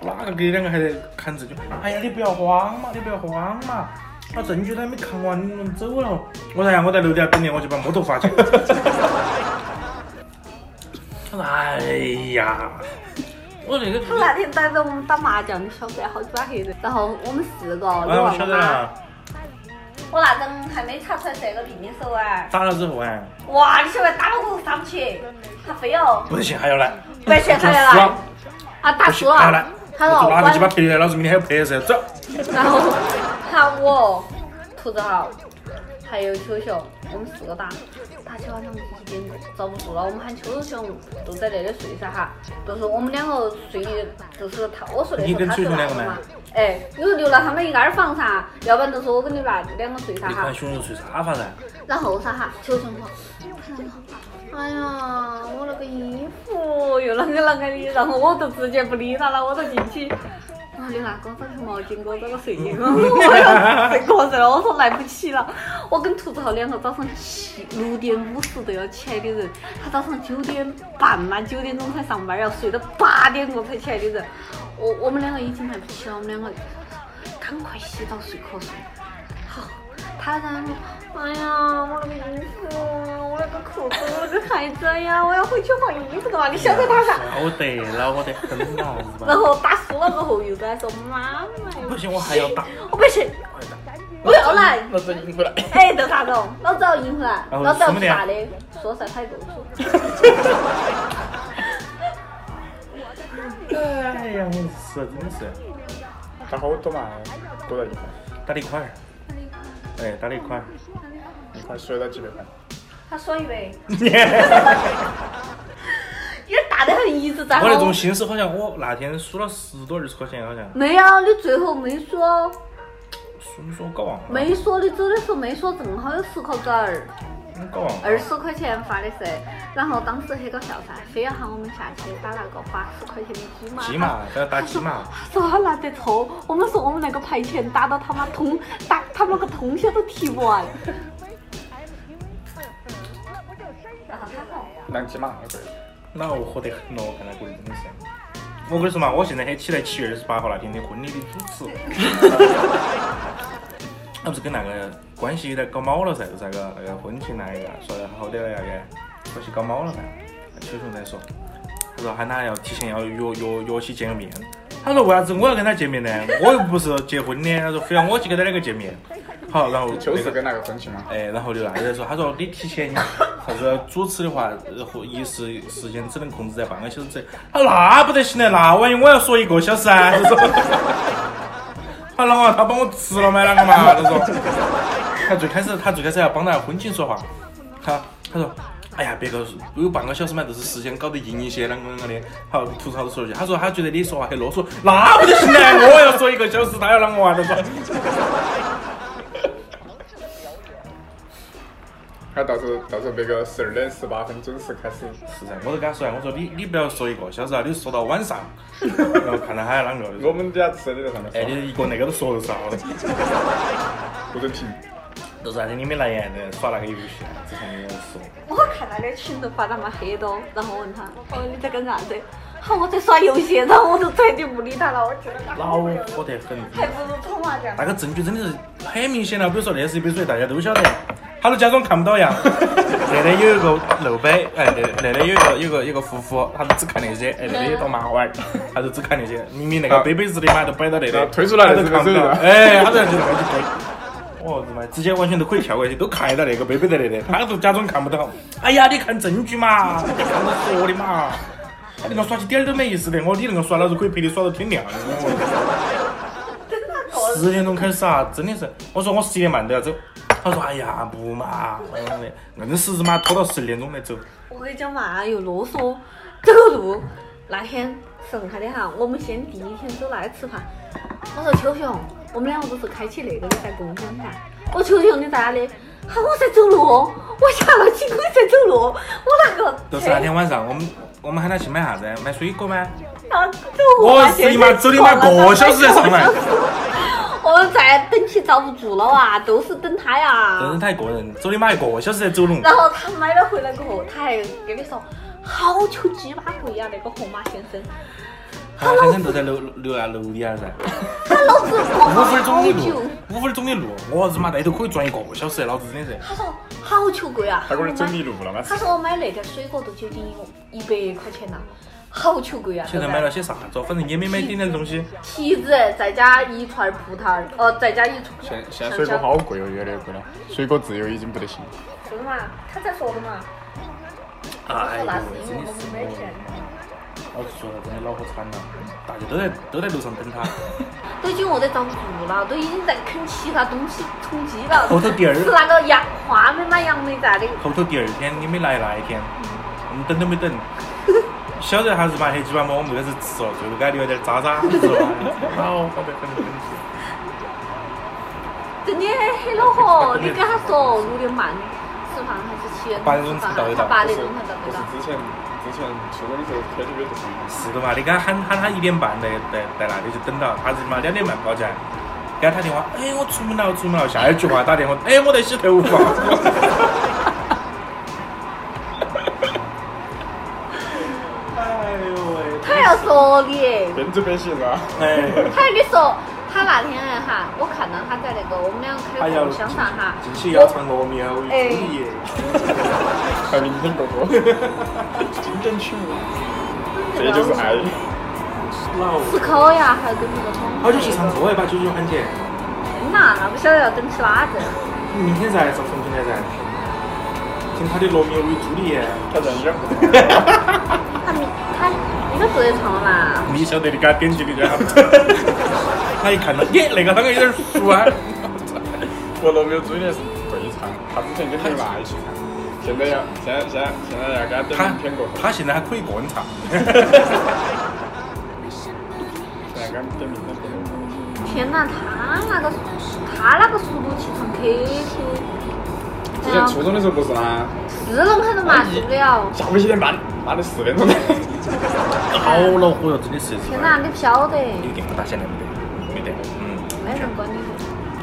[SPEAKER 1] 哪个跟你两个还在看证据？哎呀，你不要慌嘛，你不要慌嘛。把证据都还没看完，你们走了。我说哎呀，我在楼底下等你，我就把摩托发去。他说哎呀，我这个
[SPEAKER 2] 他那天带着我们打麻将，你晓不得好抓黑的。然后我们四个，
[SPEAKER 1] 哎，
[SPEAKER 2] 你
[SPEAKER 1] 我
[SPEAKER 2] 忘
[SPEAKER 1] 晓
[SPEAKER 2] 了
[SPEAKER 1] 得
[SPEAKER 2] 吗？
[SPEAKER 1] 了，
[SPEAKER 2] 我那阵还没查出来这个病的时候啊，
[SPEAKER 1] 打了之后哎，
[SPEAKER 2] 哇，你晓得打了我都上不去，他非要
[SPEAKER 1] 不行还要来。
[SPEAKER 2] 白钱他要
[SPEAKER 1] 输
[SPEAKER 2] 来
[SPEAKER 1] 了，
[SPEAKER 2] 啊打
[SPEAKER 1] 不
[SPEAKER 2] 输
[SPEAKER 1] 行，还要来
[SPEAKER 2] 了，。他说
[SPEAKER 1] 我拿个鸡巴
[SPEAKER 2] 我，
[SPEAKER 1] 赔来，老子明天还要赔噻，走。
[SPEAKER 2] 然后他我兔子豪还有秋熊，我们四个打，打起晚上一点遭不住了，我们喊秋熊都在那里睡噻哈，就是我们两个睡，就是他我睡那
[SPEAKER 1] 你
[SPEAKER 2] 时候
[SPEAKER 1] 跟
[SPEAKER 2] 他
[SPEAKER 1] 秋
[SPEAKER 2] 睡
[SPEAKER 1] 熊
[SPEAKER 2] 那
[SPEAKER 1] 两
[SPEAKER 2] 个
[SPEAKER 1] 个
[SPEAKER 2] 嘛
[SPEAKER 1] 吗，
[SPEAKER 2] 哎，有时候留到他们一个儿房噻，要不然就是我跟你那两个睡噻
[SPEAKER 1] 你
[SPEAKER 2] 哈
[SPEAKER 1] 看。熊熊睡沙发噻，
[SPEAKER 2] 然后啥哈，求生活，哎呀，我那个衣服又啷个啷个的，然后我都直接不理他了，我都进去。啊，你拿给我找条毛巾，给我找个睡衣，我要睡瞌睡了。我说来不起了，我跟兔子浩两个早上七六点五十都要起来的人，他早上九点半啦，九点钟才上班，要睡到八点过才起来的人，我我们两个已经来不起了，我们两个赶快洗澡睡瞌睡。好，他在那说，哎呀，我那个衣服，我那个裤子，我那个鞋子哎呀，我要回去换衣服的嘛，你晓得他噻。
[SPEAKER 1] 我得了，我得很了，是
[SPEAKER 2] 然
[SPEAKER 1] 吧？
[SPEAKER 2] 后打输了之后又在说妈妈，
[SPEAKER 1] 不行，我还要打。
[SPEAKER 2] 我不行，我要来，
[SPEAKER 5] 老子赢回来。
[SPEAKER 2] 哎，豆沙总，老子要赢回来，
[SPEAKER 1] 然后
[SPEAKER 2] 老子要
[SPEAKER 1] 啊什么
[SPEAKER 2] 去
[SPEAKER 1] 的呀
[SPEAKER 2] 打的，说噻，他也够说。
[SPEAKER 1] 哎呀，我是真的是
[SPEAKER 5] 打好多嘛，多到一块，
[SPEAKER 1] 打了一块儿，哎，打了一 块儿。
[SPEAKER 5] 一块输到几百块。
[SPEAKER 2] 他说一杯，你打得很一直在吼
[SPEAKER 1] 我那种心思好像我那天输了十多二十块钱，好像
[SPEAKER 2] 没有，你最后没说，
[SPEAKER 1] 输没输我搞忘了，
[SPEAKER 2] 没说你走的时候没说，正好有十颗子儿。
[SPEAKER 1] 我搞忘
[SPEAKER 2] 二
[SPEAKER 1] 了。
[SPEAKER 2] 十块钱发的噻，然后当时很搞笑噻，非要喊我们下去打那个八十块钱的鸡嘛。
[SPEAKER 1] 鸡嘛，要打鸡嘛，
[SPEAKER 2] 他说他拿得抽，我们说我们那个牌钱打到他妈通，打他们那个通宵都提不完。
[SPEAKER 10] 哎
[SPEAKER 2] 然后他说
[SPEAKER 5] 两起嘛，对。
[SPEAKER 1] 那我火得很咯，我看那个人真的是。我跟你说嘛，我现在还起来七月二十八号那天的婚礼的主持，那不是跟那个关系有点搞毛了噻，就是那个那个婚庆那一个说的好歹那个关系搞毛了噻。秋雄在说，他说喊他要提前要约约约起见个面，他说为啥子我要跟他见面呢？我又不是结婚的。他说非要我去跟他两个见面。好，然后
[SPEAKER 5] 求
[SPEAKER 1] 那
[SPEAKER 5] 死
[SPEAKER 1] 个
[SPEAKER 5] 跟那个分歧吗？
[SPEAKER 1] 哎，然后就那个人说，他说你提前啥子主持的话，呃或一时时间只能控制在半个小时之内。他说那不得行的，那万一我要说一个小时啊？他说，他然后他帮我吃了吗？啷个嘛？他说，他最开始他最开始要帮那个婚庆说话，他他说。哎呀，别个有半个小时嘛，就是时间搞得硬一些，啷个啷个的。好，吐槽说一下，他说他觉得你说话很啰嗦，那不得行的，我要说一个小时，他要啷个玩？他说，
[SPEAKER 5] 还导致导致别个十二点十八分准时开始。
[SPEAKER 1] 是噻，我都跟他说呀，我说你你不要说一个小时啊，你说到晚 上，然后看到他啷个，
[SPEAKER 5] 我们家吃的在上面
[SPEAKER 1] 哎，
[SPEAKER 5] 说，
[SPEAKER 1] 你一个那个都说得着的，
[SPEAKER 5] 不准停。
[SPEAKER 1] 都是啥子？你们来呀，耍那个游戏，啊之前跟我说，
[SPEAKER 2] 我看那个群都发那么黑的哦，然后我问他，哦你在干啥子？他我在耍游戏，然后我就彻底不理他了，我觉得他
[SPEAKER 1] 恼火得很。
[SPEAKER 2] 还不如捅麻将。
[SPEAKER 1] 那个证据真的是很明显了，比如说那是一杯水，大家都晓得，他都假装看不到一样。 那里有一个漏杯，哎，那那里有一个有个有个夫妇，他都只看那些，哎，那里有朵麻 花，他都只看那些，明明那个杯杯子的嘛，都摆到那里，
[SPEAKER 5] 啊推出来
[SPEAKER 1] 他
[SPEAKER 5] 的
[SPEAKER 1] 都
[SPEAKER 5] 是
[SPEAKER 1] 看不
[SPEAKER 5] 这
[SPEAKER 1] 到
[SPEAKER 5] 个，
[SPEAKER 1] 哎，他在就那就推。我日妈，直接完全都可以跳过去，都看得到那个杯杯在那里，他都假装看不到。哎呀，你看证据嘛，你看我说的嘛，他那个耍起点儿都没意思的，我你那个耍，老子可以陪你耍到天亮。十点钟开始啊，真的是，我说我十一点半都要走，他说哎呀不嘛，哎硬是日嘛拖到十二点钟来走，
[SPEAKER 2] 我跟你讲嘛，又啰嗦。走路那天剩下的哈，我们先第一天走那里吃饭。我说秋雄，我们两个都是开启那个的在共享噻。我秋雄你在哪里？喊我在走路，我下楼去我在走路，我那个
[SPEAKER 1] 都是那天晚上我们我们喊他去买啥子，买水果吗？
[SPEAKER 2] 他走
[SPEAKER 1] 我日你妈走你妈个小时才上来，
[SPEAKER 2] 我在等起遭不住了哇，都是等他呀。
[SPEAKER 1] 但是他一个人走你妈一个小时才走拢，
[SPEAKER 2] 然后他买了回来过后，他还跟你说好求鸡巴贵啊呀，那个河马先生，
[SPEAKER 1] 他先生都在楼楼下楼底下噻，
[SPEAKER 2] 他老子活
[SPEAKER 1] 五分钟
[SPEAKER 2] 好
[SPEAKER 1] 的
[SPEAKER 2] 久
[SPEAKER 1] 路，，五分钟的路，我日妈那头可以转一个小时，老子真的是。
[SPEAKER 2] 他说好求贵啊，
[SPEAKER 5] 他给我走迷路了吗？
[SPEAKER 2] 他说我买那点水果都接近一百块钱了，好求贵啊！
[SPEAKER 1] 现在买了些啥子？反正也没买点点东西。
[SPEAKER 2] 提子，再加一串葡萄，呃，再加一串
[SPEAKER 5] 现现在水果好贵哦，越来越贵了，水果自由已经不得行。
[SPEAKER 2] 什么嘛？他在说的嘛？
[SPEAKER 1] 哎呦
[SPEAKER 2] 啊那是
[SPEAKER 1] 喂，
[SPEAKER 2] 因
[SPEAKER 1] 真
[SPEAKER 2] 为
[SPEAKER 1] 的是哦
[SPEAKER 2] 我们没钱。
[SPEAKER 1] 老子说了，真的恼火惨了，大家都在都在楼上等他。
[SPEAKER 2] 都已经饿得遭住了，都已经在啃其他东西充饥了。
[SPEAKER 5] 哦
[SPEAKER 1] 后头第二
[SPEAKER 2] 是那个杨话梅嘛，杨梅咋的？
[SPEAKER 1] 后头第二天你没来那一天，我们等都没 等，晓得啥子嘛？黑鸡巴馍我们就开始吃了，最后给他留点渣渣，是吧？ 好，好的，很很
[SPEAKER 2] 真的很恼 火，哦你跟他说五点半吃饭还是七点
[SPEAKER 1] 八点钟
[SPEAKER 2] 吃饭
[SPEAKER 1] 才到得到
[SPEAKER 2] 他八
[SPEAKER 5] 不
[SPEAKER 2] 点
[SPEAKER 5] 是
[SPEAKER 2] 钟才到
[SPEAKER 5] 不
[SPEAKER 2] 得
[SPEAKER 5] 是
[SPEAKER 2] 到。
[SPEAKER 5] 之前之前说过你说 KTV 不行，
[SPEAKER 1] 是的嘛？你给他喊喊他一点半在在在那里就等到，他日妈两点半跑起来，给他打电话，哎，我出门了，我出门了。下一句话打电话，哎，我在洗头发。哎呦喂！
[SPEAKER 2] 他要说你，
[SPEAKER 5] 边走边行啊。
[SPEAKER 1] 哎。
[SPEAKER 2] 他还跟你说，他那天哈，我看到他在那个我们两个
[SPEAKER 1] 哎
[SPEAKER 2] 开
[SPEAKER 1] 呀
[SPEAKER 2] 共享上哈，
[SPEAKER 1] 进去要唱罗密欧与朱丽叶，
[SPEAKER 5] 还明天哥 哥，真正去我，这就是啊爱。
[SPEAKER 2] 吃烤鸭还要跟那个同
[SPEAKER 5] 哦
[SPEAKER 1] 好久去唱课哎，把九九喊起。
[SPEAKER 2] 那那不晓得要等起哪子？
[SPEAKER 1] 明天噻，上重庆来噻，听他的罗密欧与朱丽叶。
[SPEAKER 5] 他在哪
[SPEAKER 2] 他明他应该昨天唱了嘛？
[SPEAKER 1] 你晓得你给他点击的家，他一看到，耶，那个啷个有点熟啊？
[SPEAKER 5] 我都没有追的是对唱，他之前跟你爸一起唱，现在要现在现在现在要给他点
[SPEAKER 1] 他
[SPEAKER 5] 明天过后，
[SPEAKER 1] 他现在还可以个人唱，
[SPEAKER 5] 现在给他点明天过后。
[SPEAKER 2] 天哪，他那个他那个速度去唱 K 去，
[SPEAKER 5] 之
[SPEAKER 2] 哎呀
[SPEAKER 5] 前，初中的时候不是吗？
[SPEAKER 2] 是弄他都嘛受不了。
[SPEAKER 5] 下午一点半，妈的四点钟。
[SPEAKER 1] 好恼火哟，真的是。
[SPEAKER 2] 天哪，你不晓得，
[SPEAKER 1] 有电话打起来没得？没得。嗯，
[SPEAKER 2] 没人管你。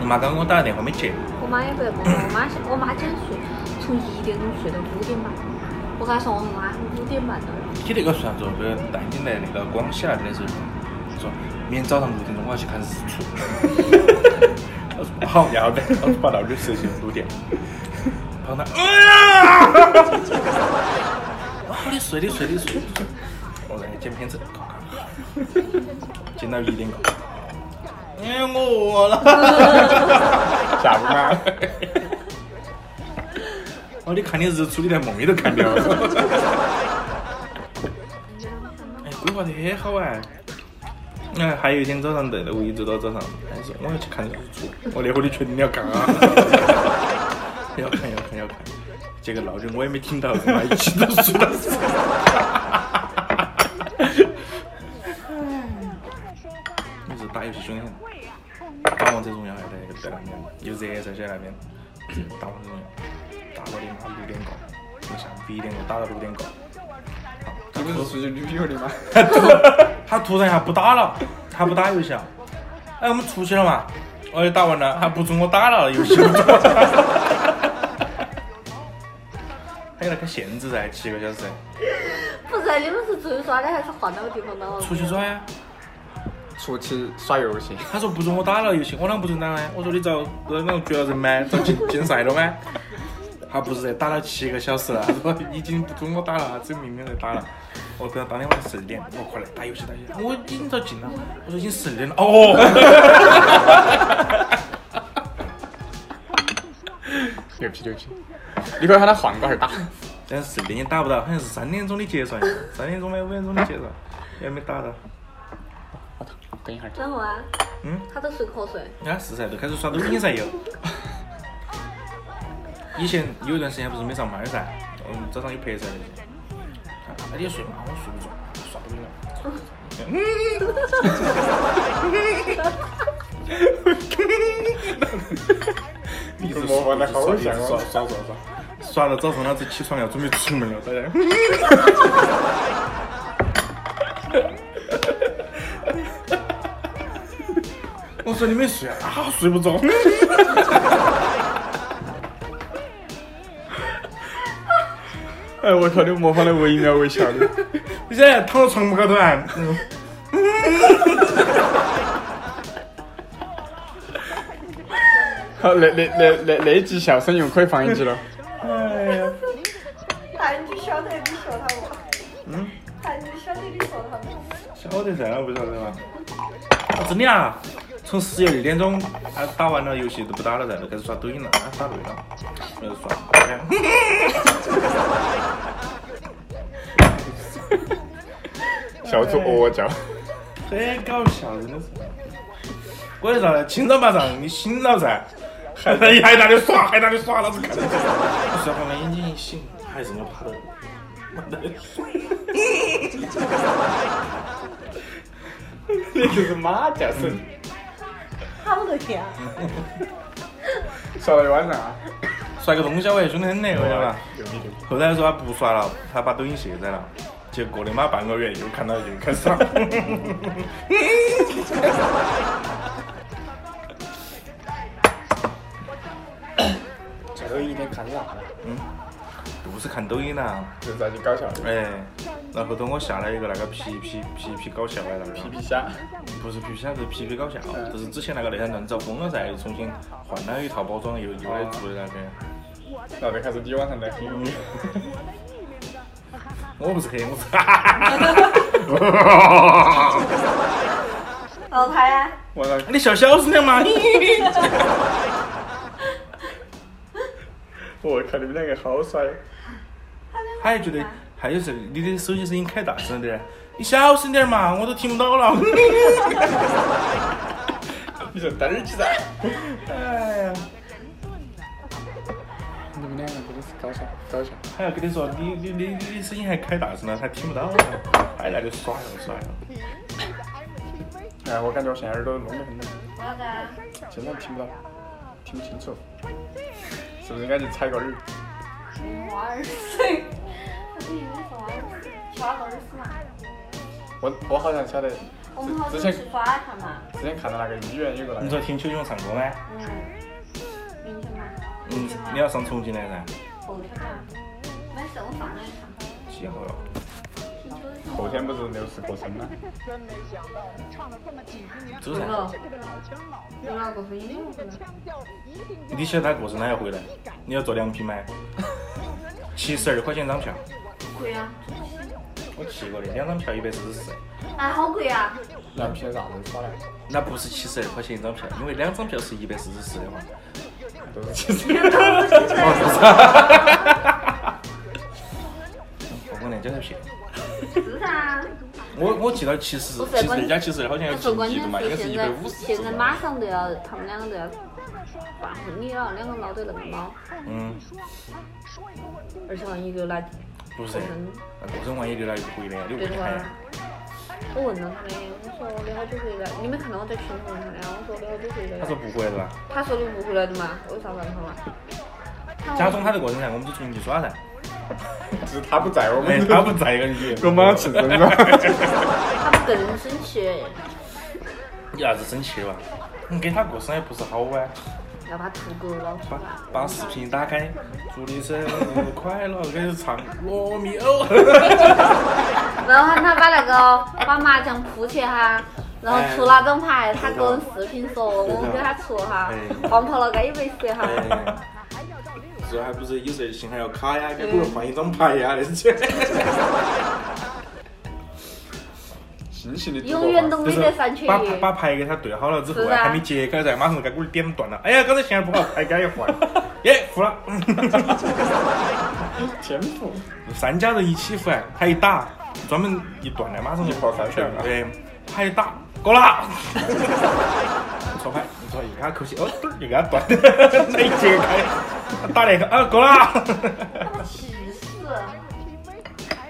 [SPEAKER 1] 我妈刚给我打个电话没接，
[SPEAKER 2] 我妈也不得管我，我妈是我妈今天睡，从一点钟睡到五点半。我跟她说，我妈五点半到了。
[SPEAKER 1] 你那个算作不是带你来那个广西那边的时候，说明天早上六点钟我要去看日出。我说好，要得，我就把闹钟设成六点。然后他，哎呀，好的睡的睡的睡。我说哎剪片子，咔咔咔，剪到一点高。你我了，
[SPEAKER 5] 下不班。
[SPEAKER 1] 哦，你看你日出，你连梦你都看不了。哎，规划得很好哎。哎，还有一天早上在那一直到早上，还说我要去看日出，我那会儿的确定要看啊， 要看要看要看，结果闹钟我也没听到，他妈一起都睡到死。你是打游戏凶得很，打王者荣耀还在那个在那边，有热噻在那边，打王者荣耀，打到你妈六点过，我下午一点过打到六点过。
[SPEAKER 5] 你不是出去旅游的吗？
[SPEAKER 1] 他突然一下不打了，他不打游戏了。哎，我们出去了嘛，我也打完了，还不准我打了游戏。 还有那个限制噻，七个小时，
[SPEAKER 2] 不是，你们是出去耍的还是换到个地方打王者？
[SPEAKER 1] 出去耍呀。
[SPEAKER 5] 出去耍游戏，
[SPEAKER 1] 他说不准我打了游戏，我啷个不准打呢？我说你遭那个绝了人 吗？遭禁禁赛了吗？他不是在打了七个小时了，啊他说已经不准我打了，只有明天再打了。我等到当天晚上十二点，我快来打游戏打游戏，我已经遭禁了。我说已经十二点了，哦。
[SPEAKER 5] 牛皮牛皮！你可以喊他换个儿打，
[SPEAKER 1] 但是连打不到，好像是三点钟的结算，三点钟吗？五点钟的结算，也没打到。
[SPEAKER 5] 等一下儿。
[SPEAKER 2] 然后啊，
[SPEAKER 1] 嗯，
[SPEAKER 2] 他都睡瞌睡。
[SPEAKER 1] 啊，是噻，都开始刷抖音噻又。以前有一段时间不是没上班噻，嗯，早上有陪噻。啊，那你睡嘛，我睡不着，刷抖音了。一直
[SPEAKER 5] 模仿的好像
[SPEAKER 1] 刷
[SPEAKER 5] 哦
[SPEAKER 1] 刷刷刷刷，刷到早上老子起床要准备出门了，大家。 我说你没睡啊，啊睡不着。
[SPEAKER 5] 哎，我靠，你模仿的惟妙惟肖的。
[SPEAKER 1] 你现在躺到床铺高头啊？嗯
[SPEAKER 5] 好，那那那那那一集笑声又可以放一集了。
[SPEAKER 10] 但你晓得你说他不？嗯。但你晓得你说他不？
[SPEAKER 1] 晓得噻，我不晓得嘛。啊，真的啊！从十月六点钟，啊，打完了游戏都不打了噻，就开始刷抖音了，啊，打累了，开始刷。哎
[SPEAKER 5] 笑出鹅叫，
[SPEAKER 1] 很搞笑，真的 是。关键啥呢？清早马上你醒了噻，还在还在那里耍，还在那里耍，老子看得见。我睡旁边眼睛一醒，还是我趴到趴到那里耍。
[SPEAKER 5] 那就是马叫声，
[SPEAKER 10] 他们都像。
[SPEAKER 5] 笑了一晚上啊。
[SPEAKER 1] 耍个通宵哎，凶得很那个，晓得吧？
[SPEAKER 5] 牛逼牛逼！
[SPEAKER 1] 后来说他不耍了，他把抖音卸载了，结果过的妈半个月又看到又开 始了。
[SPEAKER 5] 最后一天看啥了？
[SPEAKER 1] 嗯，就是看抖音啊啦。
[SPEAKER 5] 就是啥去搞笑的。
[SPEAKER 1] 哎，然后后头我下了一个那个皮皮皮皮搞笑来了，
[SPEAKER 5] 皮嗯皮虾，
[SPEAKER 1] 不是皮皮虾，是皮皮搞笑，就是之前那个那张乱糟崩了噻，又重新换了一套包装，又又来做的那个。
[SPEAKER 5] 然后就开始你晚上在黑你。哦
[SPEAKER 1] 我不是黑，我 是哈哈哈。
[SPEAKER 2] 然后他呀，
[SPEAKER 5] 晚上
[SPEAKER 1] 你笑小声点 嘛！
[SPEAKER 5] 哦我靠，你们两个哎好帅。
[SPEAKER 1] 还觉得还有是你的手机声音开大声点，你小声点嘛，我都听不到 了。
[SPEAKER 5] 你说嘚儿起噻。
[SPEAKER 1] 哎 呀，
[SPEAKER 5] 你们两个真的是搞笑，搞笑。
[SPEAKER 1] 还要跟你说，你你你你的声音还开大声了，还听不到了，还在那里耍又耍又。
[SPEAKER 5] 哎，我感觉我现在耳朵聋得很呢，
[SPEAKER 2] 啥子啊？
[SPEAKER 5] 经常听不到，听不清楚。是不是应该去采个耳？
[SPEAKER 2] 挖耳屎。我听你们说挖耳屎，去挖个耳屎嘛。
[SPEAKER 5] 我我好像晓得，
[SPEAKER 2] 我们好久
[SPEAKER 5] 之
[SPEAKER 2] 去
[SPEAKER 5] 前
[SPEAKER 2] 耍一下嘛。
[SPEAKER 5] 之前看到那个医院有个那
[SPEAKER 1] 你
[SPEAKER 5] 个，
[SPEAKER 1] 说听秋勇唱歌吗？
[SPEAKER 2] 嗯。明天嘛，
[SPEAKER 1] 嗯，
[SPEAKER 2] 啊
[SPEAKER 1] 你要上重庆来噻，
[SPEAKER 2] 后天嘛，没事，我放了一下。
[SPEAKER 1] 几号了？
[SPEAKER 2] 听秋的
[SPEAKER 5] 后天不是六十过生吗？
[SPEAKER 1] 走噻。
[SPEAKER 2] 有哪个分音乐会呢？
[SPEAKER 1] 你晓得他过生他要回来，你要坐凉皮吗？七十二块钱张票，
[SPEAKER 2] 贵啊！
[SPEAKER 1] 我去过的，两张票一百四十四，
[SPEAKER 2] 哎，好贵啊！
[SPEAKER 5] 那偏啥子耍嘞？
[SPEAKER 1] 那不是七十二块钱一张票，因为两张票是一百四十四 的话，
[SPEAKER 5] 都是七十。
[SPEAKER 1] 我那家才便宜。
[SPEAKER 2] 是噻。
[SPEAKER 1] 我我记到七十，
[SPEAKER 2] 不
[SPEAKER 1] 七
[SPEAKER 2] 是
[SPEAKER 1] 十
[SPEAKER 2] 关
[SPEAKER 1] 二加七十二好像要
[SPEAKER 2] 但是
[SPEAKER 1] 晋
[SPEAKER 2] 关
[SPEAKER 1] 级
[SPEAKER 2] 键
[SPEAKER 1] 的嘛，应该
[SPEAKER 2] 是
[SPEAKER 1] 是
[SPEAKER 2] 现
[SPEAKER 1] 一百
[SPEAKER 2] 在
[SPEAKER 1] 五十
[SPEAKER 2] 现在马上都要他们两个都要办婚礼了，两个闹得那么猫，
[SPEAKER 1] 嗯，
[SPEAKER 2] 而且万一留来
[SPEAKER 1] 不是，那过程万一留了一回呢，你
[SPEAKER 2] 嗯对啊
[SPEAKER 1] 问他呀。，
[SPEAKER 2] 的话我问了他们，我说我留好久回来，你没看到我在群里问他俩，我说我留好久回来
[SPEAKER 1] 他说
[SPEAKER 2] 了，
[SPEAKER 1] 不回来了，
[SPEAKER 2] 他说你不回来的嘛，我有啥办法嘛？
[SPEAKER 1] 假装他在过程噻，我们就出去 耍噻。哎
[SPEAKER 5] 只是他不在，我们
[SPEAKER 1] 他不在而 已。
[SPEAKER 5] 我马上去身上。
[SPEAKER 2] 他们更生气，
[SPEAKER 1] 你啥子生气了吧？你给他过生也不是好啊。
[SPEAKER 2] 要把土狗捞出来。
[SPEAKER 1] 把视频打开，祝你 生日快乐，开始唱罗密欧。
[SPEAKER 2] 然后他把那个把麻将铺起哈，然后出那张
[SPEAKER 1] 哎
[SPEAKER 2] 牌，他跟视频说，我们给他出哈，黄跑了该有没事哈。
[SPEAKER 1] 哎这还不是有时候信还要卡呀，给我换一张牌呀，那些。
[SPEAKER 5] 新型的主播
[SPEAKER 2] 永远都没得三缺
[SPEAKER 1] 把
[SPEAKER 2] 一。
[SPEAKER 1] 把牌给他对好了之后
[SPEAKER 2] 是
[SPEAKER 1] 啊，
[SPEAKER 2] 啊
[SPEAKER 1] 还没揭开噻，马上该给我点断了。哎呀，刚才信还不好，牌该一换， 耶，服了。
[SPEAKER 5] 天赋，
[SPEAKER 1] 三家人一起服啊，他一打，专门一断的，马上就跑三圈了。哎对，他一打，过了。错牌，你错，又给他扣起，哦，嘟儿又给他断， 那一揭开，打那个，啊，过了。
[SPEAKER 2] 他气死！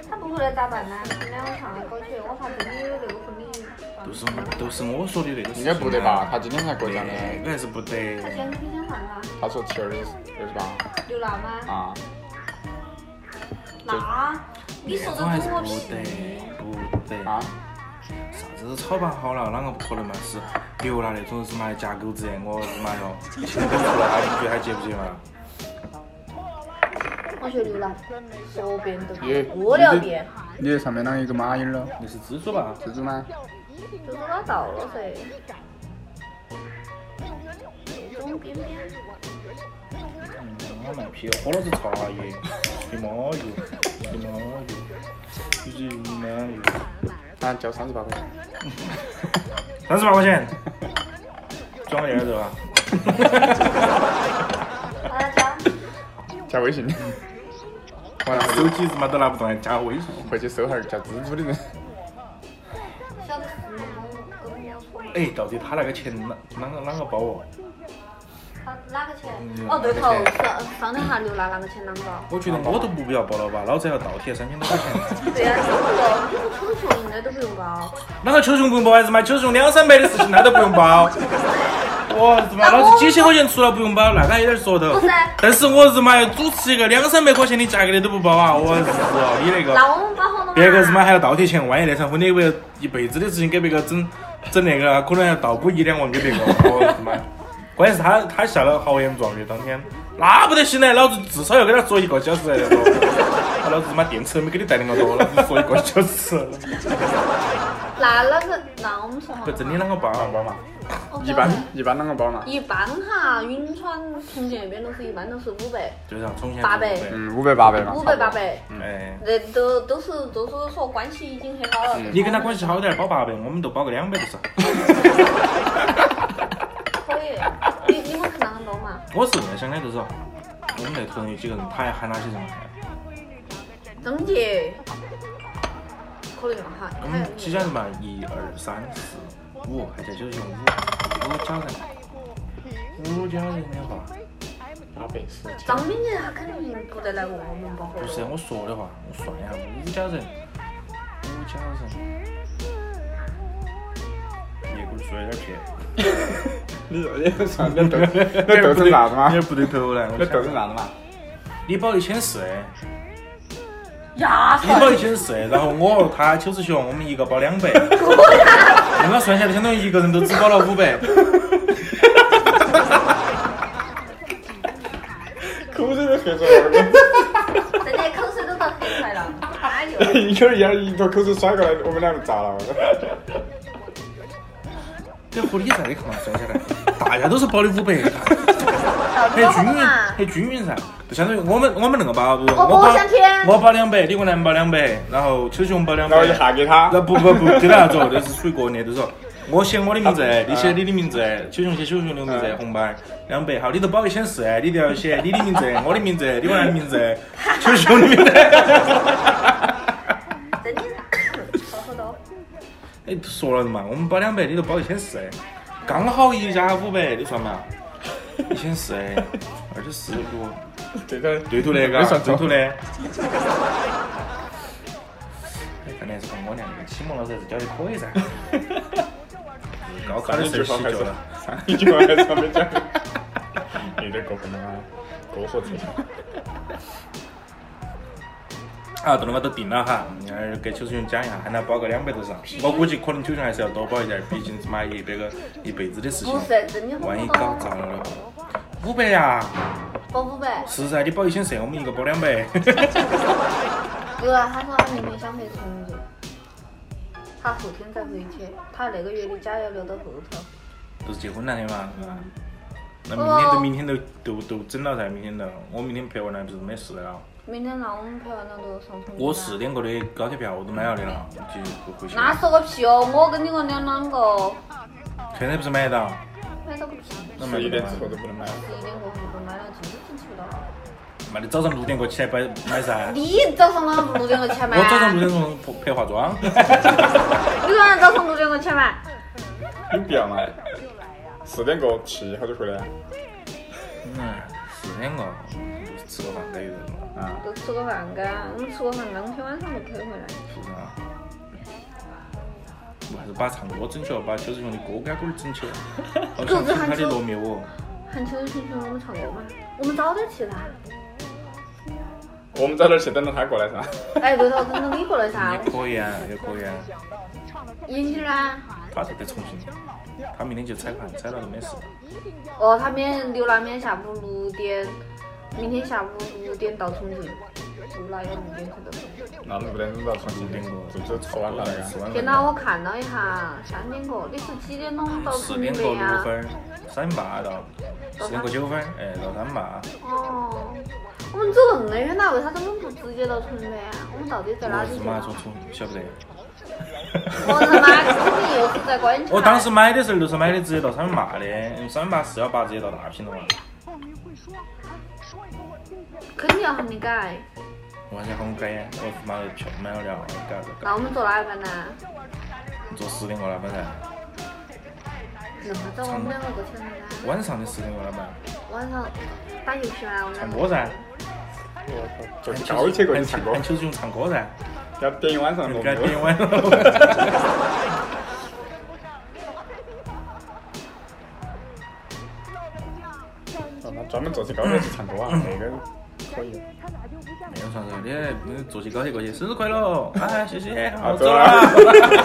[SPEAKER 2] 他不回来咋办呢？你俩我上来搞去，我怕真的有那个婚礼。
[SPEAKER 1] 都是都是我说的那个事情啊，
[SPEAKER 5] 应该不得吧？他今天才过奖的，
[SPEAKER 1] 应该是不得。
[SPEAKER 2] 他今天天上啊，
[SPEAKER 5] 他说七二六六十八
[SPEAKER 2] 刘娜吗？
[SPEAKER 5] 啊，
[SPEAKER 2] 那你说的
[SPEAKER 1] 还是
[SPEAKER 2] 跟我
[SPEAKER 1] 不
[SPEAKER 2] 屁
[SPEAKER 1] 得
[SPEAKER 2] 事？
[SPEAKER 1] 不得
[SPEAKER 5] 啊！
[SPEAKER 1] 啥子都炒办好了，啷个不可能嘛？是刘娜那种日妈的夹狗子，我日妈哟，钱都出来，你觉得还接不接嘛？
[SPEAKER 2] 我觉得刘娜说遍都
[SPEAKER 5] 你
[SPEAKER 2] 不了遍，
[SPEAKER 5] 你的上面那一个马影了，
[SPEAKER 1] 那是蜘蛛吧？
[SPEAKER 5] 蜘蛛吗？
[SPEAKER 2] 就是他到了噻。这种边边，
[SPEAKER 1] 我卖批，喝了是茶叶，一毛油，一毛油，一直一毛油，
[SPEAKER 5] 啊，交三十八块钱。
[SPEAKER 1] 三十八块钱，转个点儿是吧？
[SPEAKER 2] 好了，讲
[SPEAKER 5] 加微信，完了
[SPEAKER 1] 手机日妈都拿不动，还加微信。
[SPEAKER 5] 回去搜下儿叫蜘蛛的人。
[SPEAKER 2] 小个四毛跟我说。
[SPEAKER 1] 哎，到底他那个钱啷啷个啷个包哦？
[SPEAKER 2] 他哪个钱？哦，对头，上上等下刘娜那个钱啷个包？
[SPEAKER 1] 我觉得我都不必要报了吧，老子要倒贴三千多块钱。
[SPEAKER 2] 对呀，小个，你说丑熊应该都不用包。
[SPEAKER 1] 哪个秋熊不用包还是买秋熊两三百的事情，那都不用包。 我日妈，
[SPEAKER 2] 那我
[SPEAKER 1] 老子几千块钱出了不用包，那个还有点说头
[SPEAKER 2] 不是。
[SPEAKER 1] 但是我日妈要主持一个两三百块钱的价格的都不包 啊！我日哦，你那个
[SPEAKER 2] 那我们包好了嘛？
[SPEAKER 1] 别个日妈还要倒贴钱，万一那场婚礼为了一辈子的事情给别个整整那个，啊可能要倒补一两万给别 个。我日妈！关键是他他下了豪言壮语，当天那不得行嘞，老子至少要给他说一个小时才得了。 他老子他妈电池都没给你带那么多，老子说一个小时。
[SPEAKER 2] 那那个，那我们说哈
[SPEAKER 1] 不，真的啷个包啊包嘛？
[SPEAKER 2] 我
[SPEAKER 5] 一
[SPEAKER 2] 晓得
[SPEAKER 5] 般一般啷个包嘛？
[SPEAKER 2] 一般哈，云川、重庆那边都是一般都是五百、
[SPEAKER 1] 就是像重庆
[SPEAKER 2] 八百
[SPEAKER 5] 嗯，五百八百嘛。
[SPEAKER 2] 五百、八
[SPEAKER 5] 差不多。
[SPEAKER 2] 百，
[SPEAKER 1] 哎，
[SPEAKER 2] 那都都是就是说关系已经很好了。
[SPEAKER 1] 你跟他关系好点儿，包八百，我们都包个两百就是。
[SPEAKER 2] 可以，你你们看到很多嘛？
[SPEAKER 1] 我是在想的就是，我们那头有几个人，他还喊哪些人？
[SPEAKER 2] 张杰，可能哈，
[SPEAKER 1] 我
[SPEAKER 2] 还
[SPEAKER 1] 们
[SPEAKER 2] 有
[SPEAKER 1] 几家人嘛，一二三四五，还加九九五，五家人，五家人的话，
[SPEAKER 5] 八百四千。
[SPEAKER 2] 张斌杰他肯定不得来问我们包
[SPEAKER 1] 不是我说的话，我算一下，五家人，五家人，叶哥说有点偏，
[SPEAKER 5] 你你算那斗 那斗成啥子
[SPEAKER 1] 有
[SPEAKER 5] 嘛？
[SPEAKER 1] 点不对头了，
[SPEAKER 5] 那斗成啥子嘛？
[SPEAKER 1] 你包一千四。哎
[SPEAKER 2] 呀，
[SPEAKER 1] 你包一千四，然后我他邱志雄，我们一个包两 百，那么算下来，相当于一个人都只包了五百。
[SPEAKER 5] 口水都喝出来了，
[SPEAKER 2] 真的口水都到头来了，哎呦，
[SPEAKER 5] 一口烟一坨口水甩过来，我们俩就炸了。
[SPEAKER 1] 这合理噻，你看嘛，算下来，大家都是包的五百，
[SPEAKER 2] 小
[SPEAKER 1] 很均
[SPEAKER 2] 桌
[SPEAKER 1] 匀
[SPEAKER 2] 嘛，，
[SPEAKER 1] 很均匀噻。就相当于我们我们那个包，比如
[SPEAKER 2] 我
[SPEAKER 1] 我包
[SPEAKER 2] 包三天
[SPEAKER 1] 我包两百，李国南包两百，然后秋雄包两百，
[SPEAKER 5] 然后一下给他
[SPEAKER 1] 那不不不，给他做，那是属于个人的，就是说我写我的名字，你写你的名字，秋雄写秋雄的名字，红包两百，好，你都包一千四，你都要写你的名字，我的名字，李国南的名字，秋雄的名字。
[SPEAKER 2] 真的，好好多。
[SPEAKER 1] 哎，说了的嘛，我们包两百，你都包一千四，哎刚好一家五百，你算嘛，一千四，哎二十四五。
[SPEAKER 5] 这个
[SPEAKER 1] 对头的，嘎，对头的。
[SPEAKER 5] 嘞。
[SPEAKER 1] 哎，看来是跟我俩那个启蒙老师还是教的可以噻。 高考
[SPEAKER 5] 上
[SPEAKER 1] 的
[SPEAKER 5] 一
[SPEAKER 1] 时
[SPEAKER 5] 句
[SPEAKER 1] 候
[SPEAKER 5] 话
[SPEAKER 1] 洗
[SPEAKER 5] 开始
[SPEAKER 1] 脚了，，
[SPEAKER 5] 上一句话开始没讲，有点过分了啊，过火自强。
[SPEAKER 1] 啊，动了嘛都定了哈，然后给邱志雄讲一下，喊他包个两百多上。我估计可能邱志雄还是要多包一点，毕竟是妈一百个一辈子的事情
[SPEAKER 2] 不，是，真的
[SPEAKER 1] 万一
[SPEAKER 2] 很
[SPEAKER 1] 搞
[SPEAKER 2] 多，
[SPEAKER 1] 砸了呢？五百呀，
[SPEAKER 2] 包五百。
[SPEAKER 1] 是噻，你包一千四，我们一个包两百。
[SPEAKER 2] 哥，他说他明年想回成都，他后天才回去，他那个月的假要留到后头。
[SPEAKER 1] 都是结婚那天嘛，是吧？那明天都明天都都都整了噻，明天都，我明天陪完了就是没事了。
[SPEAKER 2] 明天让我们陪完了都上成都。
[SPEAKER 1] 我四。点过的高铁票我都买了的了，就回回去了。
[SPEAKER 2] 那是个屁哦！我跟你个两两个，
[SPEAKER 1] 现在不是买得到？
[SPEAKER 2] 买到个屁！
[SPEAKER 1] 那
[SPEAKER 5] 十
[SPEAKER 1] 买
[SPEAKER 5] 一
[SPEAKER 1] 得
[SPEAKER 5] 点
[SPEAKER 1] 到
[SPEAKER 5] 之后都不能买了。
[SPEAKER 2] 十一点过后就买了，进都进去不到。
[SPEAKER 1] 妈的，早上六点过起来买买 噻。
[SPEAKER 2] 你早上哪六点钟起来买？
[SPEAKER 1] 我
[SPEAKER 2] 啊
[SPEAKER 1] 早上六点钟拍拍化妆，
[SPEAKER 2] 你早上早上六点钟起来买？
[SPEAKER 5] 有必要吗？四点过去好久回来？
[SPEAKER 1] 嗯，四点个吃个饭该有人了，
[SPEAKER 5] 啊，
[SPEAKER 2] 都吃个饭干，我们吃个饭干，我们天晚上就陪回来。
[SPEAKER 1] 是不是啊？我还是把唱歌整起了，把邱志雄的歌杆杆儿整起了，好想听他的罗密欧。
[SPEAKER 2] 喊秋秋去我们唱歌嘛，我们早点去噻。
[SPEAKER 5] 我们在那儿去等着他过来噻。
[SPEAKER 2] 哎，对头，等等你过来噻。
[SPEAKER 1] 也可以啊，也可以啊。
[SPEAKER 2] 银杏呢？
[SPEAKER 1] 他是在重庆，他明天就踩盘，踩了就没事。
[SPEAKER 2] 哦，他明天刘南明天下午六点，明天下午五点到重庆，我哪有五点去到重庆？
[SPEAKER 5] 那六点钟到重庆，这就吃完了
[SPEAKER 1] 吃
[SPEAKER 5] 呀。
[SPEAKER 1] 完
[SPEAKER 2] 电脑
[SPEAKER 1] 了。
[SPEAKER 2] 我看了一下，三点过，你是几点钟到啊
[SPEAKER 1] 四
[SPEAKER 2] 重
[SPEAKER 1] 点
[SPEAKER 2] 庆
[SPEAKER 1] 过
[SPEAKER 2] 的
[SPEAKER 1] 六
[SPEAKER 2] 呀？
[SPEAKER 1] 分，三点半到，四点过九分，哎，到三点半。
[SPEAKER 2] 哦，我们走那么远呐，为啥子我们不直接到重庆啊？我们到底在哪
[SPEAKER 1] 我
[SPEAKER 2] 里
[SPEAKER 1] 是
[SPEAKER 2] 去
[SPEAKER 1] 妈
[SPEAKER 2] 啊
[SPEAKER 1] 说？重，晓不得。
[SPEAKER 2] 我他妈，你又是在观察。
[SPEAKER 1] 我当时买的时候就是买的直接到三八的，三八四幺八直接到大屏了嘛。
[SPEAKER 2] 肯定要喊你改，
[SPEAKER 1] 我还想喊我改呀，我他妈的票买了了，改了改
[SPEAKER 2] 那我们坐哪一班呢？
[SPEAKER 1] 坐十点过来班噻，
[SPEAKER 2] 那么早我们两个过去哪呢？
[SPEAKER 1] 晚上的十点过来班，
[SPEAKER 2] 晚上打游戏啊，我们
[SPEAKER 1] 唱
[SPEAKER 2] 两
[SPEAKER 1] 歌
[SPEAKER 2] 个。
[SPEAKER 1] 噻，
[SPEAKER 5] 就是高一去过去唱歌
[SPEAKER 1] 喊，邱志勇唱歌噻，
[SPEAKER 5] 要点一晚上
[SPEAKER 1] 给
[SPEAKER 5] 龙
[SPEAKER 1] 他点
[SPEAKER 5] 歌。
[SPEAKER 1] 晚了。
[SPEAKER 5] 让他专门坐起高铁去唱歌啊，那个可以。
[SPEAKER 1] 没哎有啥子，你你坐起高铁过去，生日快乐！哎，谢谢，
[SPEAKER 5] 啊
[SPEAKER 1] 我走
[SPEAKER 5] 走
[SPEAKER 1] 了。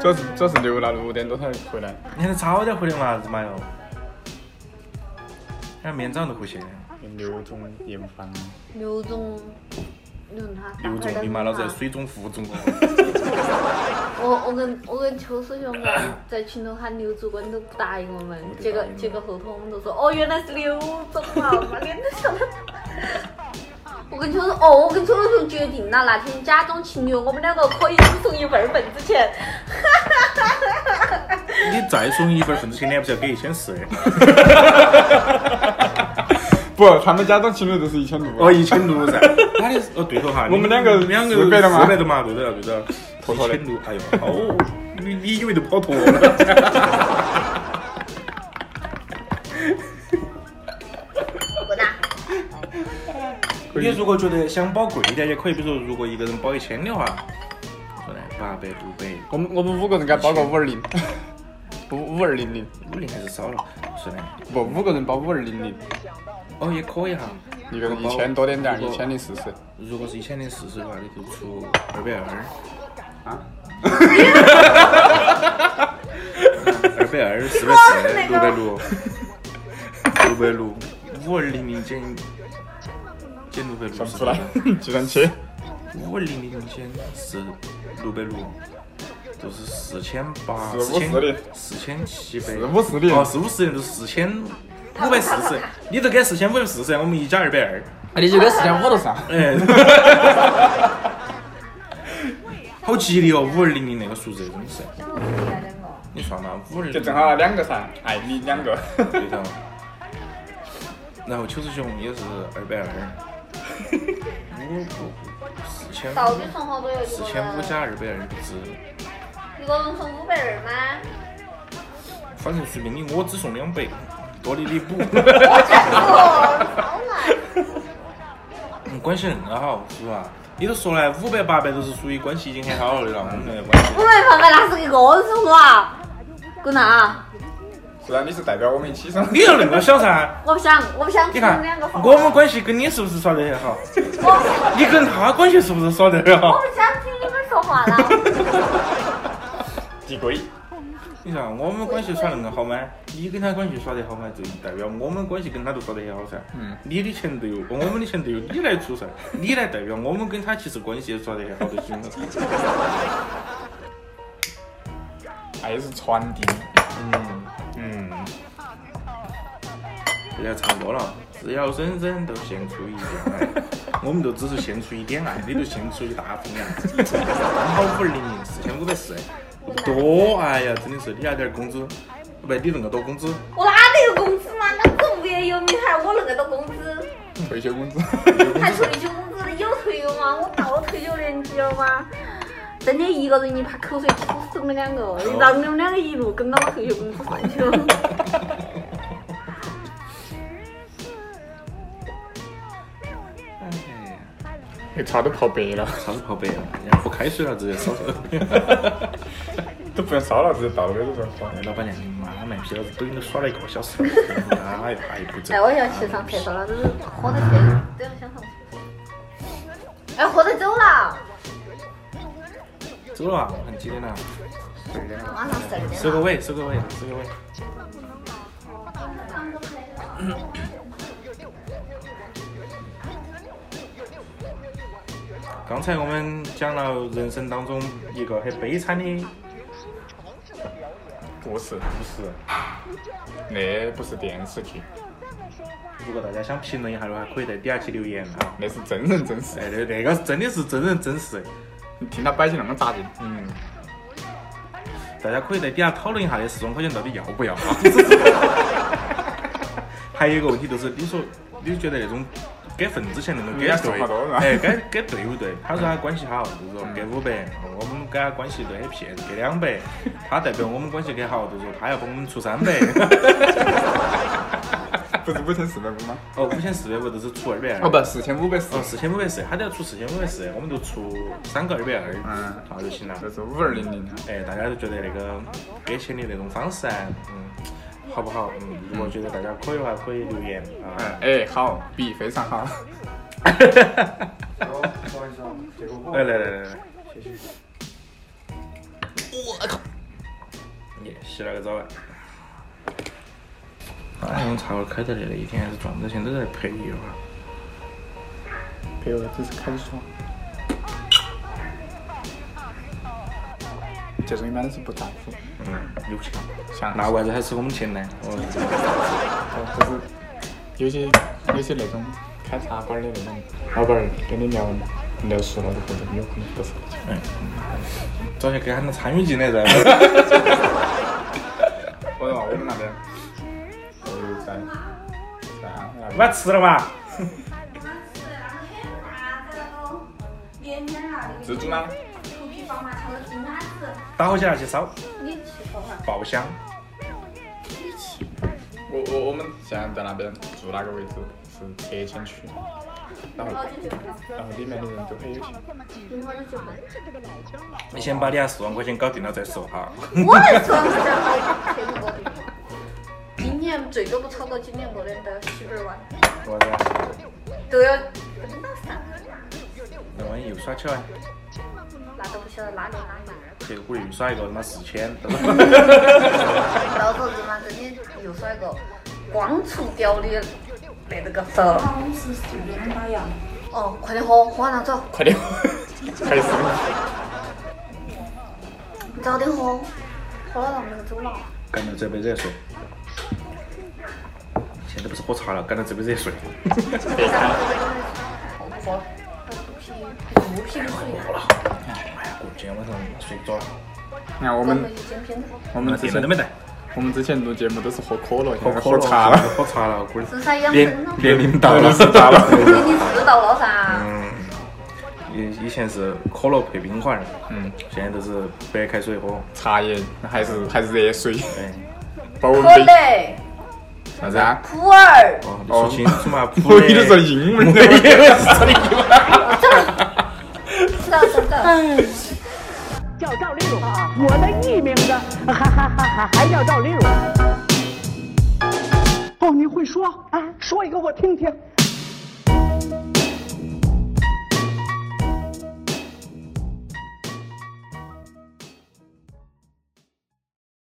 [SPEAKER 5] 主要是主要是留到六点多才回来。
[SPEAKER 1] 你还得早点回来嘛，日妈哟！那明天早上就回
[SPEAKER 5] 啊
[SPEAKER 1] 去。
[SPEAKER 5] 刘总也不烦。
[SPEAKER 2] 刘总，你问他
[SPEAKER 1] 刘总，你妈老子在水中浮中哦！
[SPEAKER 2] 我我跟我跟邱师兄在在群头喊刘主管都不答应我们，结果结果后头我们都说哦原来是刘总啊，妈脸都笑得。我跟邱师哦，我跟邱师兄决定了，那天假装情侣，我们两个可以只送一份儿份子钱。
[SPEAKER 1] 你再送一份份子钱，你还不是要给一千四？
[SPEAKER 5] 不，他们家长情侣都是一千六。
[SPEAKER 1] 哦，一千六噻。 他的哦，对头哈。
[SPEAKER 5] 我们两个
[SPEAKER 1] 两个
[SPEAKER 5] 四百的嘛
[SPEAKER 1] 四百的嘛，对头对头。
[SPEAKER 5] 妥
[SPEAKER 1] 一
[SPEAKER 5] 妥的
[SPEAKER 1] 千六，哎呦，哦，你你以为都跑脱了？
[SPEAKER 2] 滚蛋！
[SPEAKER 1] 你如果觉得想包贵一点也可以，比如说如果一个人包一千的话，说呢八百六百。
[SPEAKER 5] 我们我们五个人该包个五 二零，不五二零零，
[SPEAKER 1] 五零还是少了，是的。
[SPEAKER 5] 不五个人包五二零零，
[SPEAKER 1] 哦，也可以哈。
[SPEAKER 5] 一个人一千多点点儿，
[SPEAKER 1] 如
[SPEAKER 5] 一
[SPEAKER 1] 果
[SPEAKER 5] 千零四十。
[SPEAKER 1] 如果是一千零四十的话，你就出二百二。
[SPEAKER 5] 啊？
[SPEAKER 1] 二百二，四百四，六百六，六百六，五二零零减减六百六
[SPEAKER 5] 算不
[SPEAKER 1] 是
[SPEAKER 5] 出
[SPEAKER 1] 多
[SPEAKER 5] 来
[SPEAKER 1] 少？，
[SPEAKER 5] 计算器。
[SPEAKER 1] 五二零零减是六百六，就是四千八、
[SPEAKER 5] 四
[SPEAKER 1] 四
[SPEAKER 5] 五十
[SPEAKER 1] 千
[SPEAKER 5] 的、
[SPEAKER 1] 四千七百、
[SPEAKER 5] 四五十的
[SPEAKER 1] 哦，四五十的就是四千五百四十，你都给四千五百四十，我们一加二百二，
[SPEAKER 3] 啊你就给四千五都上。
[SPEAKER 1] 哎，好吉利哦，五二零零那个数字真的是，你算嘛，五二
[SPEAKER 5] 就正好两个噻，爱你两个。
[SPEAKER 1] 对头。然后邱志雄也是二百二，五五四千
[SPEAKER 2] 到底送好多哟？一
[SPEAKER 1] 四
[SPEAKER 2] 个
[SPEAKER 1] 千五加二
[SPEAKER 2] 人，
[SPEAKER 1] 百二十，
[SPEAKER 2] 一个人送五百二吗？
[SPEAKER 1] 反正随便你，我只送两百，多的你补。
[SPEAKER 2] 哦，
[SPEAKER 1] 嗯关系恁个好，是吧？你都说了，五百八百都是属于关系已经很好了的了，我们那个关系
[SPEAKER 2] 五。百八百那是一个人送我啊，滚蛋啊！
[SPEAKER 5] 是啊，你是代表我们一起上。
[SPEAKER 1] 你又那么小噻？
[SPEAKER 2] 我不想，我不想
[SPEAKER 1] 你
[SPEAKER 2] 听
[SPEAKER 1] 看
[SPEAKER 2] 两个方，
[SPEAKER 1] 我们关系跟你是不是耍得很好？你跟他关系是不是耍得很好？
[SPEAKER 2] 我不想听你们说话 了。
[SPEAKER 5] 递归，
[SPEAKER 1] 你看我们关系耍恁个好吗？你跟他关系耍得好吗？就代表我们关系跟他都耍得很好噻。嗯。你的钱都由我们的钱都由你来出噻，你来代表我们跟他其实关系耍得很好就行了。
[SPEAKER 5] 爱是传递。
[SPEAKER 1] 嗯，
[SPEAKER 5] 嗯，
[SPEAKER 1] 人家唱歌了，只要人人都献出一点爱，我们就只是献出一点爱，你就献出一大份爱。刚好五二零零四千五百四，多哎呀，真的是你那点儿工资，不，你恁个多工资，
[SPEAKER 2] 我哪里有工资嘛？那这么有名还我那个多工资，
[SPEAKER 5] 退休工资。
[SPEAKER 2] 还退休工资有退休吗？我到了退休年纪了吗？真的一个人一把口水吐死我们两个，让你们两个一路跟到我退休工资上去 了。
[SPEAKER 5] 那茶都泡白了，
[SPEAKER 1] 啥子泡白了，人家喝开水了直接烧了。
[SPEAKER 5] 都不用烧了，直接倒杯子上放。
[SPEAKER 1] 老板娘，你妈卖批老子抖音都耍了一个小时，妈呀，还不走
[SPEAKER 2] 哎，。我要去上厕所了，就是喝得醉，等我想上厕所。哎，喝得走了，
[SPEAKER 1] 走了啊，我看几点了？
[SPEAKER 2] 晚上十二点
[SPEAKER 1] 收
[SPEAKER 2] 了。
[SPEAKER 1] 个尾，收个尾，收个尾。 刚才我们讲了人生当中一个很悲惨的
[SPEAKER 5] 不是，
[SPEAKER 1] 故事，
[SPEAKER 5] 那不是电视剧，
[SPEAKER 1] 如果大家想评论一下的话，可以在底下去留言哈。
[SPEAKER 5] 那是真人真事。
[SPEAKER 1] 哎，那那个真的是真人真事，
[SPEAKER 5] 你听他摆起那么扎劲，
[SPEAKER 1] 嗯，大家可以在底下讨论一下那四万块钱到底要不 要啊？还有一个问题就是，你说你觉得那种给份之前那种给他
[SPEAKER 5] 嗯
[SPEAKER 1] 对
[SPEAKER 5] 差不多是，吧
[SPEAKER 1] 哎，给给对不对？ 他说他关系好，就是说给五百，我们跟他关系对很撇，给两百，他代表我们关系很好，就是说他要帮我们出三 百，
[SPEAKER 5] 不是五千四百五吗？
[SPEAKER 1] 哦，五千四百五就是出二百
[SPEAKER 5] 哦，
[SPEAKER 1] 二。
[SPEAKER 5] 不，四千五百四
[SPEAKER 1] 哦，。四千五百四，他都要出四千五百四，我们就出三个二百二，
[SPEAKER 5] 嗯
[SPEAKER 1] 那就行了。
[SPEAKER 5] 这是五二零零啊，
[SPEAKER 1] 哎，大家都觉得那个给钱的那种方式啊，嗯，好不好？嗯，如果觉得大家可以的话，可以留言啊。
[SPEAKER 5] 嗯，哎，好，B 非常好，
[SPEAKER 1] 来来来来来，我靠！耶，洗了个澡啊！哎，我们茶馆开到那了，一天还是赚不到钱，都在陪一哈。
[SPEAKER 5] 朋友真是开始爽。这种一般都是不在乎，
[SPEAKER 1] 嗯，有钱，
[SPEAKER 5] 像
[SPEAKER 1] 那为啥子还是我们钱呢？哦，
[SPEAKER 5] 就是有些有些那种开茶馆的那种老板儿跟你聊聊熟了之后，有可能不是。
[SPEAKER 1] 嗯，早些给喊他参与进来噻。
[SPEAKER 5] 我说我们那边，呃，在在
[SPEAKER 1] 晚吃了嘛？
[SPEAKER 5] 蜘蛛吗？
[SPEAKER 1] 打火机拿去烧，
[SPEAKER 2] 你去说话，
[SPEAKER 1] 爆香。
[SPEAKER 5] 我我我们现在在那边住那个位置是拆迁区，然后
[SPEAKER 2] 我就去喝，
[SPEAKER 5] 然后里面的人都很有钱。
[SPEAKER 2] 我就去喝。
[SPEAKER 1] 你先把你那四万块钱搞定了再说哈。
[SPEAKER 2] 我的存款好全国，今年最多不超过今年我的的七百万，
[SPEAKER 1] 我的，
[SPEAKER 2] 都要不知道三个万，
[SPEAKER 1] 那万一又耍起来，
[SPEAKER 2] 那都不晓得哪里哪里，
[SPEAKER 1] 结果又耍一个他妈四千，
[SPEAKER 2] 到时候他妈真的又耍一个光出标的那个个手。哦，快点喝，喝完了走。
[SPEAKER 5] 快点，开始。
[SPEAKER 2] 早点喝，喝了让那个走了。
[SPEAKER 1] 干到这杯热水。现在不是喝茶了，干到这杯热水。
[SPEAKER 2] 肚皮的水，
[SPEAKER 1] 我今天晚上睡不着了，
[SPEAKER 5] 你 看我们
[SPEAKER 2] 一间片子，
[SPEAKER 5] 我们之
[SPEAKER 1] 电脑
[SPEAKER 5] 前
[SPEAKER 1] 都没带，
[SPEAKER 5] 我们之前录节目都是喝可乐，现在
[SPEAKER 1] 喝
[SPEAKER 5] 茶了。
[SPEAKER 1] 喝茶了，估计
[SPEAKER 2] 至少养
[SPEAKER 1] 年
[SPEAKER 2] 生了。
[SPEAKER 1] 年龄到了，是大
[SPEAKER 2] 你
[SPEAKER 1] 了。
[SPEAKER 2] 你知道了噻？
[SPEAKER 1] 嗯， 以以前是可乐配冰块儿，
[SPEAKER 5] 嗯，
[SPEAKER 1] 现在都是白开水喝。
[SPEAKER 5] 茶叶还是还是热水，
[SPEAKER 1] 哎，
[SPEAKER 5] 保温
[SPEAKER 2] 可
[SPEAKER 5] 杯
[SPEAKER 2] 乐、
[SPEAKER 5] 啥子啊？
[SPEAKER 2] 普洱，
[SPEAKER 1] 哦，你
[SPEAKER 5] 哦
[SPEAKER 1] 说清楚嘛？
[SPEAKER 5] 我
[SPEAKER 1] 普
[SPEAKER 5] 一直说
[SPEAKER 1] 洱，
[SPEAKER 5] 英 文的，我以为是说的英文。
[SPEAKER 2] 知道知道。
[SPEAKER 10] 叫赵丽蓉啊，我的艺名字还还还还还叫赵丽蓉。哦，你会说啊？说一个我听听。